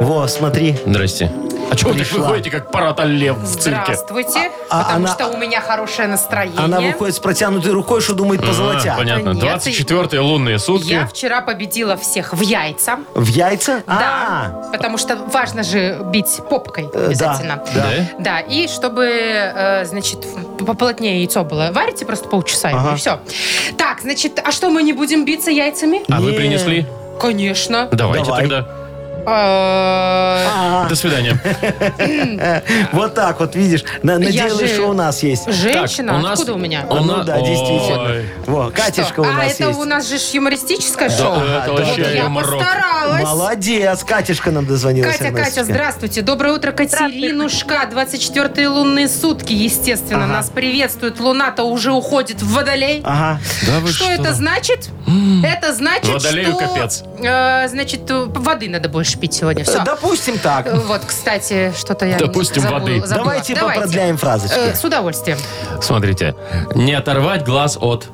[SPEAKER 4] Во, смотри.
[SPEAKER 2] Здрасте. А чего вы так
[SPEAKER 4] Пришла.
[SPEAKER 2] выходите, как парад лев в цирке?
[SPEAKER 3] Здравствуйте.
[SPEAKER 4] А
[SPEAKER 3] потому
[SPEAKER 4] она-
[SPEAKER 3] что у меня хорошее настроение.
[SPEAKER 4] Она выходит с протянутой рукой, что думает
[SPEAKER 2] А,
[SPEAKER 4] позолотя.
[SPEAKER 2] понятно.
[SPEAKER 3] Нет,
[SPEAKER 2] 24-е лунные сутки.
[SPEAKER 3] Я вчера победила всех в яйца.
[SPEAKER 4] В яйца? А, Э,
[SPEAKER 3] Да. Потому что важно же бить попкой
[SPEAKER 4] да,
[SPEAKER 3] обязательно.
[SPEAKER 2] Да.
[SPEAKER 3] Да, и чтобы, э, значит, п- поплотнее яйцо было. Варите просто полчаса его,
[SPEAKER 4] Ага.
[SPEAKER 3] и все. Так, значит, а что, мы не будем биться яйцами?
[SPEAKER 2] А вы
[SPEAKER 4] Не.
[SPEAKER 2] принесли?
[SPEAKER 3] Конечно.
[SPEAKER 2] Давайте
[SPEAKER 4] Давай.
[SPEAKER 2] тогда.
[SPEAKER 3] Э,
[SPEAKER 4] А,
[SPEAKER 2] До свидания.
[SPEAKER 4] вот так вот, видишь. На- Наделай,
[SPEAKER 3] же-
[SPEAKER 4] что у нас есть.
[SPEAKER 3] Женщина, откуда у меня?
[SPEAKER 4] А, ну
[SPEAKER 2] на-
[SPEAKER 4] да, действительно.
[SPEAKER 2] Ой.
[SPEAKER 4] Во, Катюшка
[SPEAKER 3] Что?
[SPEAKER 4] у
[SPEAKER 3] а,
[SPEAKER 4] нас
[SPEAKER 3] это
[SPEAKER 4] есть.
[SPEAKER 3] у нас же ж юмористическое шоу.
[SPEAKER 2] это
[SPEAKER 3] Вот
[SPEAKER 2] вообще
[SPEAKER 3] я
[SPEAKER 2] юморок.
[SPEAKER 3] постаралась.
[SPEAKER 4] Молодец, Катюшка нам дозвонилась.
[SPEAKER 3] Катя, Катя,
[SPEAKER 4] Агнесочка.
[SPEAKER 3] здравствуйте. Доброе утро, Катеринушка. 24-е лунные сутки, естественно,
[SPEAKER 4] Ага.
[SPEAKER 3] нас приветствует. Луна-то уже уходит в водолей.
[SPEAKER 4] Ага.
[SPEAKER 3] Что, это значит? Это значит,
[SPEAKER 2] Водолею
[SPEAKER 3] что...
[SPEAKER 2] капец.
[SPEAKER 3] э, значит, э, воды надо больше пить сегодня. Все.
[SPEAKER 4] Э, Допустим так.
[SPEAKER 3] Вот, кстати, что-то я
[SPEAKER 2] Допустим,
[SPEAKER 3] забыла-
[SPEAKER 2] воды.
[SPEAKER 3] забыла.
[SPEAKER 4] Давайте попродляем
[SPEAKER 3] Э,
[SPEAKER 4] фразочки.
[SPEAKER 3] С удовольствием.
[SPEAKER 2] Смотрите. Не оторвать глаз от...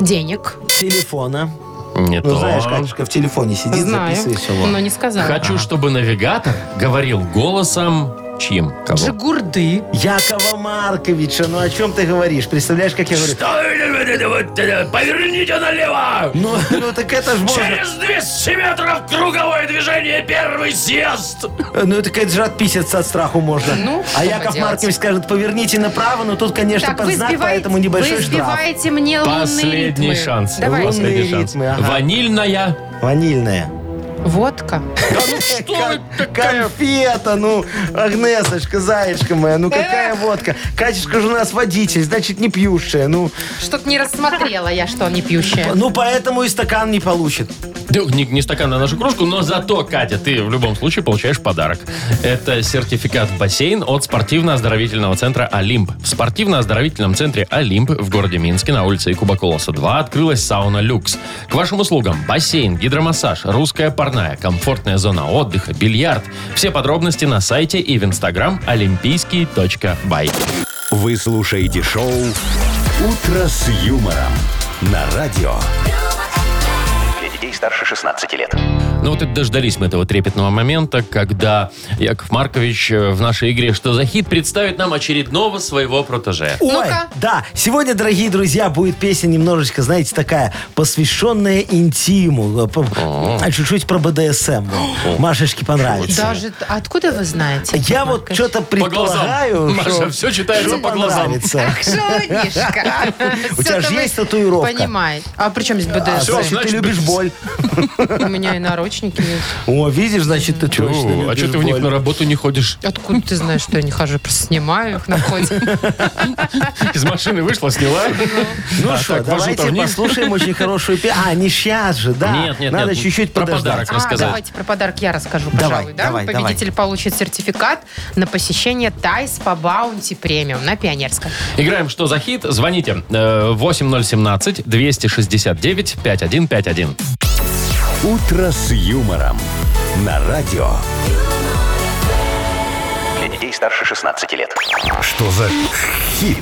[SPEAKER 3] Денег.
[SPEAKER 4] Телефона.
[SPEAKER 2] Не
[SPEAKER 4] Ну,
[SPEAKER 2] то.
[SPEAKER 4] знаешь, Катюшка в телефоне сидит,
[SPEAKER 3] Знаю,
[SPEAKER 4] записывает всё,
[SPEAKER 3] но
[SPEAKER 4] вот.
[SPEAKER 3] не сказала.
[SPEAKER 2] Хочу, чтобы навигатор говорил голосом чьим? Кого?
[SPEAKER 3] Джигурды.
[SPEAKER 4] Якова Марковича, ну о чем ты говоришь? Представляешь, как я говорю?
[SPEAKER 2] э, Поверните налево!
[SPEAKER 4] Ну, ну так это ж можно.
[SPEAKER 2] 200 метров круговое движение, первый съезд!
[SPEAKER 4] Ну так это же отписаться от страху можно.
[SPEAKER 3] Ну, что
[SPEAKER 4] а Яков
[SPEAKER 3] поделать.
[SPEAKER 4] Маркович скажет, поверните направо, но тут, конечно,
[SPEAKER 3] Так, вы
[SPEAKER 4] под знак,
[SPEAKER 3] сбиваете,
[SPEAKER 4] поэтому
[SPEAKER 3] вы
[SPEAKER 4] небольшой штраф.
[SPEAKER 3] сбиваете мне лунные
[SPEAKER 2] Последний
[SPEAKER 3] ритмы.
[SPEAKER 2] шанс.
[SPEAKER 3] Давай.
[SPEAKER 4] Лун-
[SPEAKER 2] Последний
[SPEAKER 4] Лунные
[SPEAKER 2] шанс.
[SPEAKER 4] ритмы, ага.
[SPEAKER 2] Ванильная.
[SPEAKER 4] Ванильная.
[SPEAKER 3] Водка.
[SPEAKER 2] Что
[SPEAKER 4] Кон-
[SPEAKER 2] вы такая?
[SPEAKER 4] ну Конфета, ну, Агнесочка, зайчка моя, ну какая водка. Катюшка же у нас водитель, значит, не пьющая. Ну,
[SPEAKER 3] Что-то не рассмотрела я, что они пьющие.
[SPEAKER 4] ну поэтому и стакан не получит.
[SPEAKER 2] Да, Не, не стакан на нашу кружку, но зато, Катя, ты в любом случае получаешь подарок. Это сертификат в бассейн от спортивно-оздоровительного центра «Олимп». В спортивно-оздоровительном центре «Олимп» в городе Минске на улице Якуба Колоса 2 открылась сауна «Люкс». К вашим услугам бассейн, гидромассаж, русская парная, комфортная зона отдыха, бильярд. Все подробности на сайте и в инстаграм олимпийский.бай.
[SPEAKER 1] Вы слушаете шоу «Утро с юмором» на радио.
[SPEAKER 6] Для детей старше 16 лет.
[SPEAKER 2] Ну вот и дождались мы этого трепетного момента, когда Яков Маркович э, в нашей игре «Что за хит?» представит нам очередного своего протеже.
[SPEAKER 4] Ой,
[SPEAKER 3] Ну-ка.
[SPEAKER 4] да. Сегодня, дорогие друзья, будет песня немножечко, знаете, такая, посвященная интиму. Э, по- А чуть-чуть про БДСМ. Вот. Машечке понравится.
[SPEAKER 3] Даже т- откуда вы знаете?
[SPEAKER 4] Я
[SPEAKER 3] Яков
[SPEAKER 4] вот
[SPEAKER 3] Маркович?
[SPEAKER 4] что-то
[SPEAKER 2] По глазам.
[SPEAKER 4] предполагаю,
[SPEAKER 2] Маша,
[SPEAKER 4] что-
[SPEAKER 2] всё читается
[SPEAKER 4] что
[SPEAKER 2] по глазам.
[SPEAKER 4] понравится.
[SPEAKER 3] Ах, шелудишка.
[SPEAKER 4] У тебя
[SPEAKER 3] Всё-то
[SPEAKER 4] же
[SPEAKER 3] вы
[SPEAKER 4] есть татуировка?
[SPEAKER 3] Понимаешь. А при чем здесь
[SPEAKER 4] А,
[SPEAKER 3] БДС?
[SPEAKER 2] Всё,
[SPEAKER 4] значит,
[SPEAKER 2] значит,
[SPEAKER 4] ты любишь
[SPEAKER 2] без-
[SPEAKER 4] боль.
[SPEAKER 3] У меня и наручники есть.
[SPEAKER 4] О, видишь, значит, ты точно
[SPEAKER 2] О,
[SPEAKER 4] любишь
[SPEAKER 2] а что ты в них
[SPEAKER 4] боль.
[SPEAKER 2] на работу не ходишь?
[SPEAKER 3] Откуда ты знаешь, что я не хожу? Я Просто снимаю их на входе.
[SPEAKER 2] Из машины вышла, сняла?
[SPEAKER 4] Ну
[SPEAKER 2] А
[SPEAKER 4] что,
[SPEAKER 2] так, вожу-то
[SPEAKER 4] давайте
[SPEAKER 2] вниз.
[SPEAKER 4] послушаем очень хорошую песню. А, не сейчас же, да.
[SPEAKER 2] Нет, нет,
[SPEAKER 4] Надо
[SPEAKER 2] нет,
[SPEAKER 4] чуть-чуть
[SPEAKER 2] про
[SPEAKER 4] подождать.
[SPEAKER 2] подарок.
[SPEAKER 3] А,
[SPEAKER 2] Рассказать.
[SPEAKER 3] давайте про подарок я расскажу,
[SPEAKER 4] Давай,
[SPEAKER 3] пожалуй. да?
[SPEAKER 4] давай, давай.
[SPEAKER 3] Победитель получит сертификат на посещение Тайс по Баунти премиум на Пионерском.
[SPEAKER 2] Играем «Что за хит?» Звоните. э, 8017-269-5151.
[SPEAKER 1] «Утро с юмором» на радио.
[SPEAKER 6] Для детей старше 16 лет.
[SPEAKER 1] Что за хит?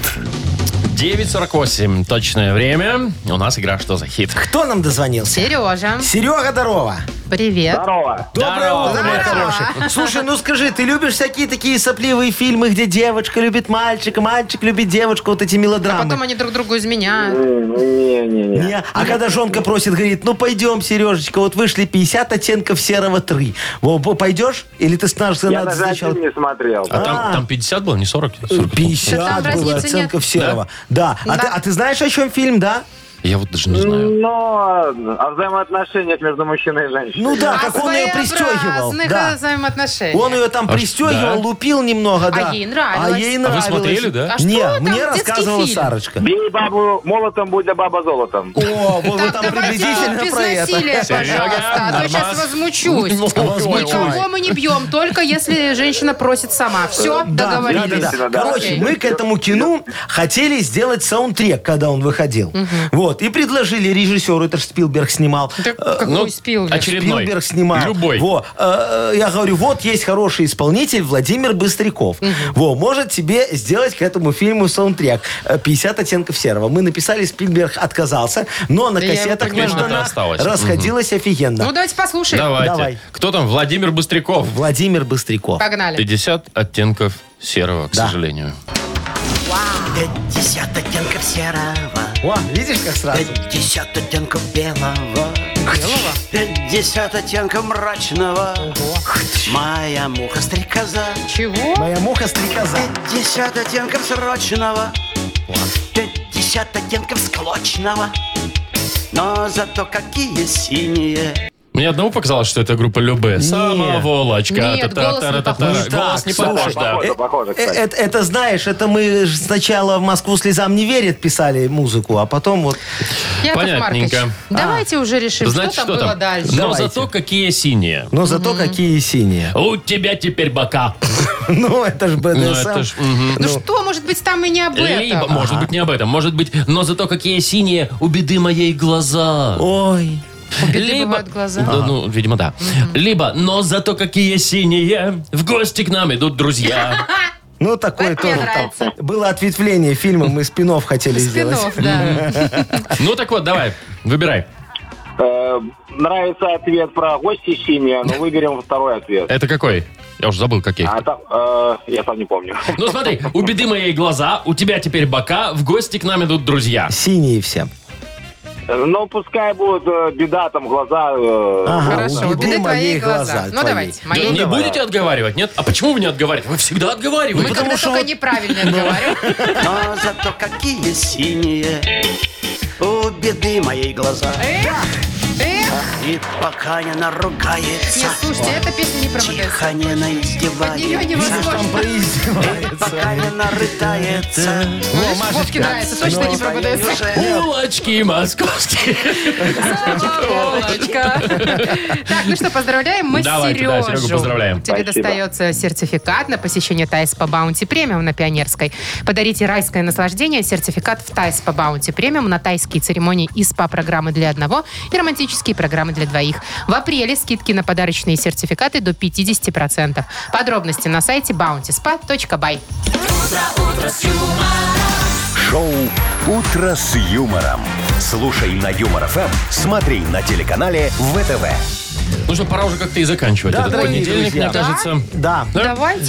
[SPEAKER 2] 9.48. Точное время. У нас игра «Что за хит?»
[SPEAKER 4] Кто нам дозвонился?
[SPEAKER 3] Сережа,
[SPEAKER 4] Серега, здорово.
[SPEAKER 3] привет.
[SPEAKER 7] Здорово.
[SPEAKER 4] Доброе
[SPEAKER 2] Здорово,
[SPEAKER 4] утро, мой
[SPEAKER 2] привет.
[SPEAKER 4] хороший. Слушай, ну скажи, ты любишь всякие такие сопливые фильмы, где девочка любит мальчика, мальчик любит девочку, вот эти
[SPEAKER 3] А потом
[SPEAKER 4] мелодрамы?
[SPEAKER 3] они друг другу изменяют.
[SPEAKER 7] Не-не-не.
[SPEAKER 4] Не, а когда жонка просит, говорит, ну пойдем, Сережечка, вот вышли 50 оттенков серого 3. Во, во, пойдешь? Или ты скажешь,
[SPEAKER 7] Я
[SPEAKER 4] надо
[SPEAKER 7] даже
[SPEAKER 4] сначала...
[SPEAKER 7] один не смотрел.
[SPEAKER 2] А там,
[SPEAKER 4] А.
[SPEAKER 2] там 50 было, не 40? 40.
[SPEAKER 4] 50
[SPEAKER 3] Там
[SPEAKER 4] было
[SPEAKER 3] разницы нет.
[SPEAKER 4] оттенков серого. Да. А,
[SPEAKER 3] Да.
[SPEAKER 4] Ты, а ты знаешь, о чем фильм, да?
[SPEAKER 2] Я вот даже не знаю.
[SPEAKER 8] Но о взаимоотношениях между мужчиной и женщиной.
[SPEAKER 4] Ну да,
[SPEAKER 3] О
[SPEAKER 4] как он ее пристегивал.
[SPEAKER 3] А своеобразных, э,
[SPEAKER 4] Да.
[SPEAKER 3] взаимоотношениях.
[SPEAKER 4] Он ее там
[SPEAKER 2] А ш-
[SPEAKER 4] пристегивал,
[SPEAKER 2] да?
[SPEAKER 4] лупил немного, да.
[SPEAKER 9] ей нравилось.
[SPEAKER 4] А ей
[SPEAKER 9] А вы
[SPEAKER 4] нравилось.
[SPEAKER 2] смотрели, да?
[SPEAKER 3] А что
[SPEAKER 4] Не,
[SPEAKER 3] там,
[SPEAKER 4] мне
[SPEAKER 3] детский
[SPEAKER 4] рассказывала
[SPEAKER 3] фильм?
[SPEAKER 4] Сарочка.
[SPEAKER 8] Бей бабу молотом, будь для баба золотом.
[SPEAKER 4] О, вот
[SPEAKER 3] Так,
[SPEAKER 4] вы там
[SPEAKER 3] давайте
[SPEAKER 4] приблизительно
[SPEAKER 3] без
[SPEAKER 4] про
[SPEAKER 3] насилия,
[SPEAKER 4] это. Ну,
[SPEAKER 3] пожалуйста. А то я сейчас
[SPEAKER 2] нормас.
[SPEAKER 3] возмучусь. Никого мы не бьем, только если женщина просит сама. Все,
[SPEAKER 4] Да,
[SPEAKER 3] договорились.
[SPEAKER 4] да, да, да. Короче,
[SPEAKER 3] Окей.
[SPEAKER 4] мы к этому кино хотели сделать саундтрек, когда он выходил. Вот. И предложили режиссеру, это же Спилберг снимал. Э,
[SPEAKER 3] Так какой
[SPEAKER 2] ну,
[SPEAKER 3] Спилберг?
[SPEAKER 2] очер- очередной.
[SPEAKER 4] Спилберг снимал.
[SPEAKER 2] Любой.
[SPEAKER 4] Во. Э, э, Я говорю, вот есть хороший исполнитель Владимир Быстряков. Во, может тебе сделать к этому фильму саундтрек э, 50 оттенков серого. Мы написали, Спилберг отказался, но на
[SPEAKER 3] Да я его
[SPEAKER 4] кассетах
[SPEAKER 3] понимаю.
[SPEAKER 4] между
[SPEAKER 2] Конечно,
[SPEAKER 4] нас
[SPEAKER 2] осталось.
[SPEAKER 4] расходилось
[SPEAKER 3] Ну,
[SPEAKER 4] офигенно.
[SPEAKER 3] давайте послушаем.
[SPEAKER 2] Давайте.
[SPEAKER 4] давай.
[SPEAKER 2] Кто там? Владимир Быстряков.
[SPEAKER 4] Владимир Быстряков.
[SPEAKER 3] Погнали.
[SPEAKER 2] 50 оттенков серого, к
[SPEAKER 4] Да.
[SPEAKER 2] сожалению.
[SPEAKER 10] 50 оттенков серого,
[SPEAKER 4] О, видишь, как сразу?
[SPEAKER 10] 50 оттенков белого, 50 оттенков мрачного, моя муха стрекоза,
[SPEAKER 3] Чего?
[SPEAKER 4] Моя муха стрекоза.
[SPEAKER 10] 50 оттенков срочного, 50 оттенков склочного, но зато какие синие.
[SPEAKER 2] Мне одному показалось, что это группа Любе. Самого лачка.
[SPEAKER 3] Нет, голос не похож.
[SPEAKER 4] Не
[SPEAKER 2] Голос
[SPEAKER 4] так,
[SPEAKER 2] не
[SPEAKER 4] слушай.
[SPEAKER 2] похож, да.
[SPEAKER 8] Похоже,
[SPEAKER 4] Э,
[SPEAKER 8] похоже,
[SPEAKER 4] Э,
[SPEAKER 8] кстати.
[SPEAKER 4] Это, это знаешь, это мы ж сначала в Москву слезам не верит писали музыку, а потом вот
[SPEAKER 3] Яков Маркович,
[SPEAKER 2] Понятненько. А.
[SPEAKER 3] давайте уже решим,
[SPEAKER 2] Значит,
[SPEAKER 3] что там было дальше.
[SPEAKER 2] Но
[SPEAKER 4] Давайте.
[SPEAKER 2] зато какие синие.
[SPEAKER 4] Но зато какие синие.
[SPEAKER 2] У тебя теперь бока.
[SPEAKER 4] Ну, это ж БДСМ.
[SPEAKER 2] Ну, это ж, мгм.
[SPEAKER 3] Ну, что, может быть, там и не об
[SPEAKER 2] Либо,
[SPEAKER 3] этом.
[SPEAKER 2] может быть, не об этом, может быть, но зато какие синие у беды моей глаза.
[SPEAKER 4] Ой.
[SPEAKER 3] беды бывают глаза.
[SPEAKER 2] Да, ну, видимо, да. Либо, но зато какие синие, в гости к нам идут друзья.
[SPEAKER 4] Ну, такое
[SPEAKER 3] Так мне
[SPEAKER 4] тоже там.
[SPEAKER 3] нравится.
[SPEAKER 4] Было ответвление фильма, мы спинов хотели сделать.
[SPEAKER 3] Спинов, да.
[SPEAKER 2] Ну так вот, давай, выбирай.
[SPEAKER 8] Э, нравится ответ про гости синие, но выберем второй ответ.
[SPEAKER 2] Это какой? Я уже забыл, какие.
[SPEAKER 8] А там, э, я сам не помню.
[SPEAKER 2] Ну смотри, у беды моей глаза, у тебя теперь бока, в гости к нам идут друзья.
[SPEAKER 4] Синие все.
[SPEAKER 8] Но пускай будут э, беда, там глаза. э,
[SPEAKER 4] Ага,
[SPEAKER 3] Хорошо,
[SPEAKER 4] А, у беды
[SPEAKER 3] беды твои
[SPEAKER 4] моей
[SPEAKER 3] глаза.
[SPEAKER 4] глаза,
[SPEAKER 3] Ну,
[SPEAKER 4] твои.
[SPEAKER 3] давайте.
[SPEAKER 2] Да
[SPEAKER 3] мои.
[SPEAKER 2] не будете отговаривать, нет? А почему вы не отговариваете? Вы всегда
[SPEAKER 3] Мы
[SPEAKER 2] отговариваете.
[SPEAKER 3] когда только неправильно говорим.
[SPEAKER 10] Но зато какие синие У беды моей глаза
[SPEAKER 3] Эх,
[SPEAKER 10] И пока не
[SPEAKER 3] не,
[SPEAKER 10] наругается
[SPEAKER 3] слушайте, эта песня не про БДС.
[SPEAKER 10] Тихо не
[SPEAKER 3] Под нее
[SPEAKER 10] наиздевается
[SPEAKER 4] Там
[SPEAKER 3] невозможно.
[SPEAKER 10] Пока
[SPEAKER 4] производится.
[SPEAKER 10] не нарытается
[SPEAKER 3] Ну, Вовке нравится, точно не про БДС.
[SPEAKER 10] уже
[SPEAKER 2] Улочки московские.
[SPEAKER 3] Молодочка. Так, ну что, поздравляем мы
[SPEAKER 2] Давайте, да,
[SPEAKER 3] Сережу.
[SPEAKER 2] Серегу поздравляем.
[SPEAKER 3] Тебе
[SPEAKER 8] Спасибо.
[SPEAKER 3] достается сертификат на посещение Тайс по Баунти Премиум на Пионерской. Подарите райское наслаждение, сертификат в Тайс по Баунти Премиум на тайские церемонии и СПА-программы для одного и романтические программы для двоих. В апреле скидки на подарочные сертификаты до 50%. Подробности на сайте bountyspa.by.
[SPEAKER 1] Шоу «Утро с юмором». Слушай на Юмор ФМ, смотри на телеканале ВТВ.
[SPEAKER 2] Ну что, пора уже как-то и заканчивать
[SPEAKER 4] Да,
[SPEAKER 2] этот
[SPEAKER 4] дорогие
[SPEAKER 2] понедельник,
[SPEAKER 4] друзья.
[SPEAKER 2] мне кажется.
[SPEAKER 4] Да.
[SPEAKER 3] Давайте, до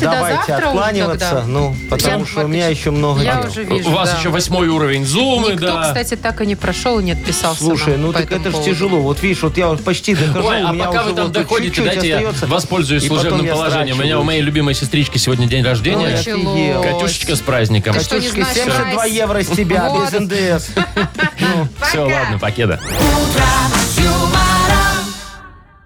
[SPEAKER 4] Ну, Давайте
[SPEAKER 3] завтра уже
[SPEAKER 4] откланиваться,
[SPEAKER 3] тогда.
[SPEAKER 4] ну, потому
[SPEAKER 3] Яков
[SPEAKER 4] что у меня
[SPEAKER 3] Маркович,
[SPEAKER 4] еще много
[SPEAKER 3] Я
[SPEAKER 4] дел.
[SPEAKER 3] уже вижу,
[SPEAKER 2] У вас
[SPEAKER 3] да.
[SPEAKER 2] еще восьмой уровень зумы,
[SPEAKER 3] Никто,
[SPEAKER 2] да.
[SPEAKER 3] кстати, так и не прошел и не отписался.
[SPEAKER 4] Слушай,
[SPEAKER 3] нам
[SPEAKER 4] ну
[SPEAKER 3] по
[SPEAKER 4] так
[SPEAKER 3] этому
[SPEAKER 4] это же
[SPEAKER 3] поводу.
[SPEAKER 4] тяжело. Вот видишь, вот я вот почти дохожу,
[SPEAKER 2] Ой,
[SPEAKER 4] у
[SPEAKER 2] а
[SPEAKER 4] меня
[SPEAKER 2] пока
[SPEAKER 4] уже
[SPEAKER 2] вы там
[SPEAKER 4] вот тут
[SPEAKER 2] доходите,
[SPEAKER 4] чуть-чуть
[SPEAKER 2] дайте я
[SPEAKER 4] остается.
[SPEAKER 2] воспользуюсь
[SPEAKER 4] И потом
[SPEAKER 2] служебным
[SPEAKER 4] я
[SPEAKER 2] положением. У меня у
[SPEAKER 4] сдрачиваюсь.
[SPEAKER 2] моей любимой сестрички сегодня день рождения.
[SPEAKER 4] Ой,
[SPEAKER 3] Началось.
[SPEAKER 2] Катюшечка с праздником.
[SPEAKER 3] Ты что, не
[SPEAKER 4] Катюшка,
[SPEAKER 3] знаешь
[SPEAKER 4] 72
[SPEAKER 3] райс?
[SPEAKER 4] евро с тебя, без НДС.
[SPEAKER 2] Все, ладно, покеда.
[SPEAKER 10] Юмор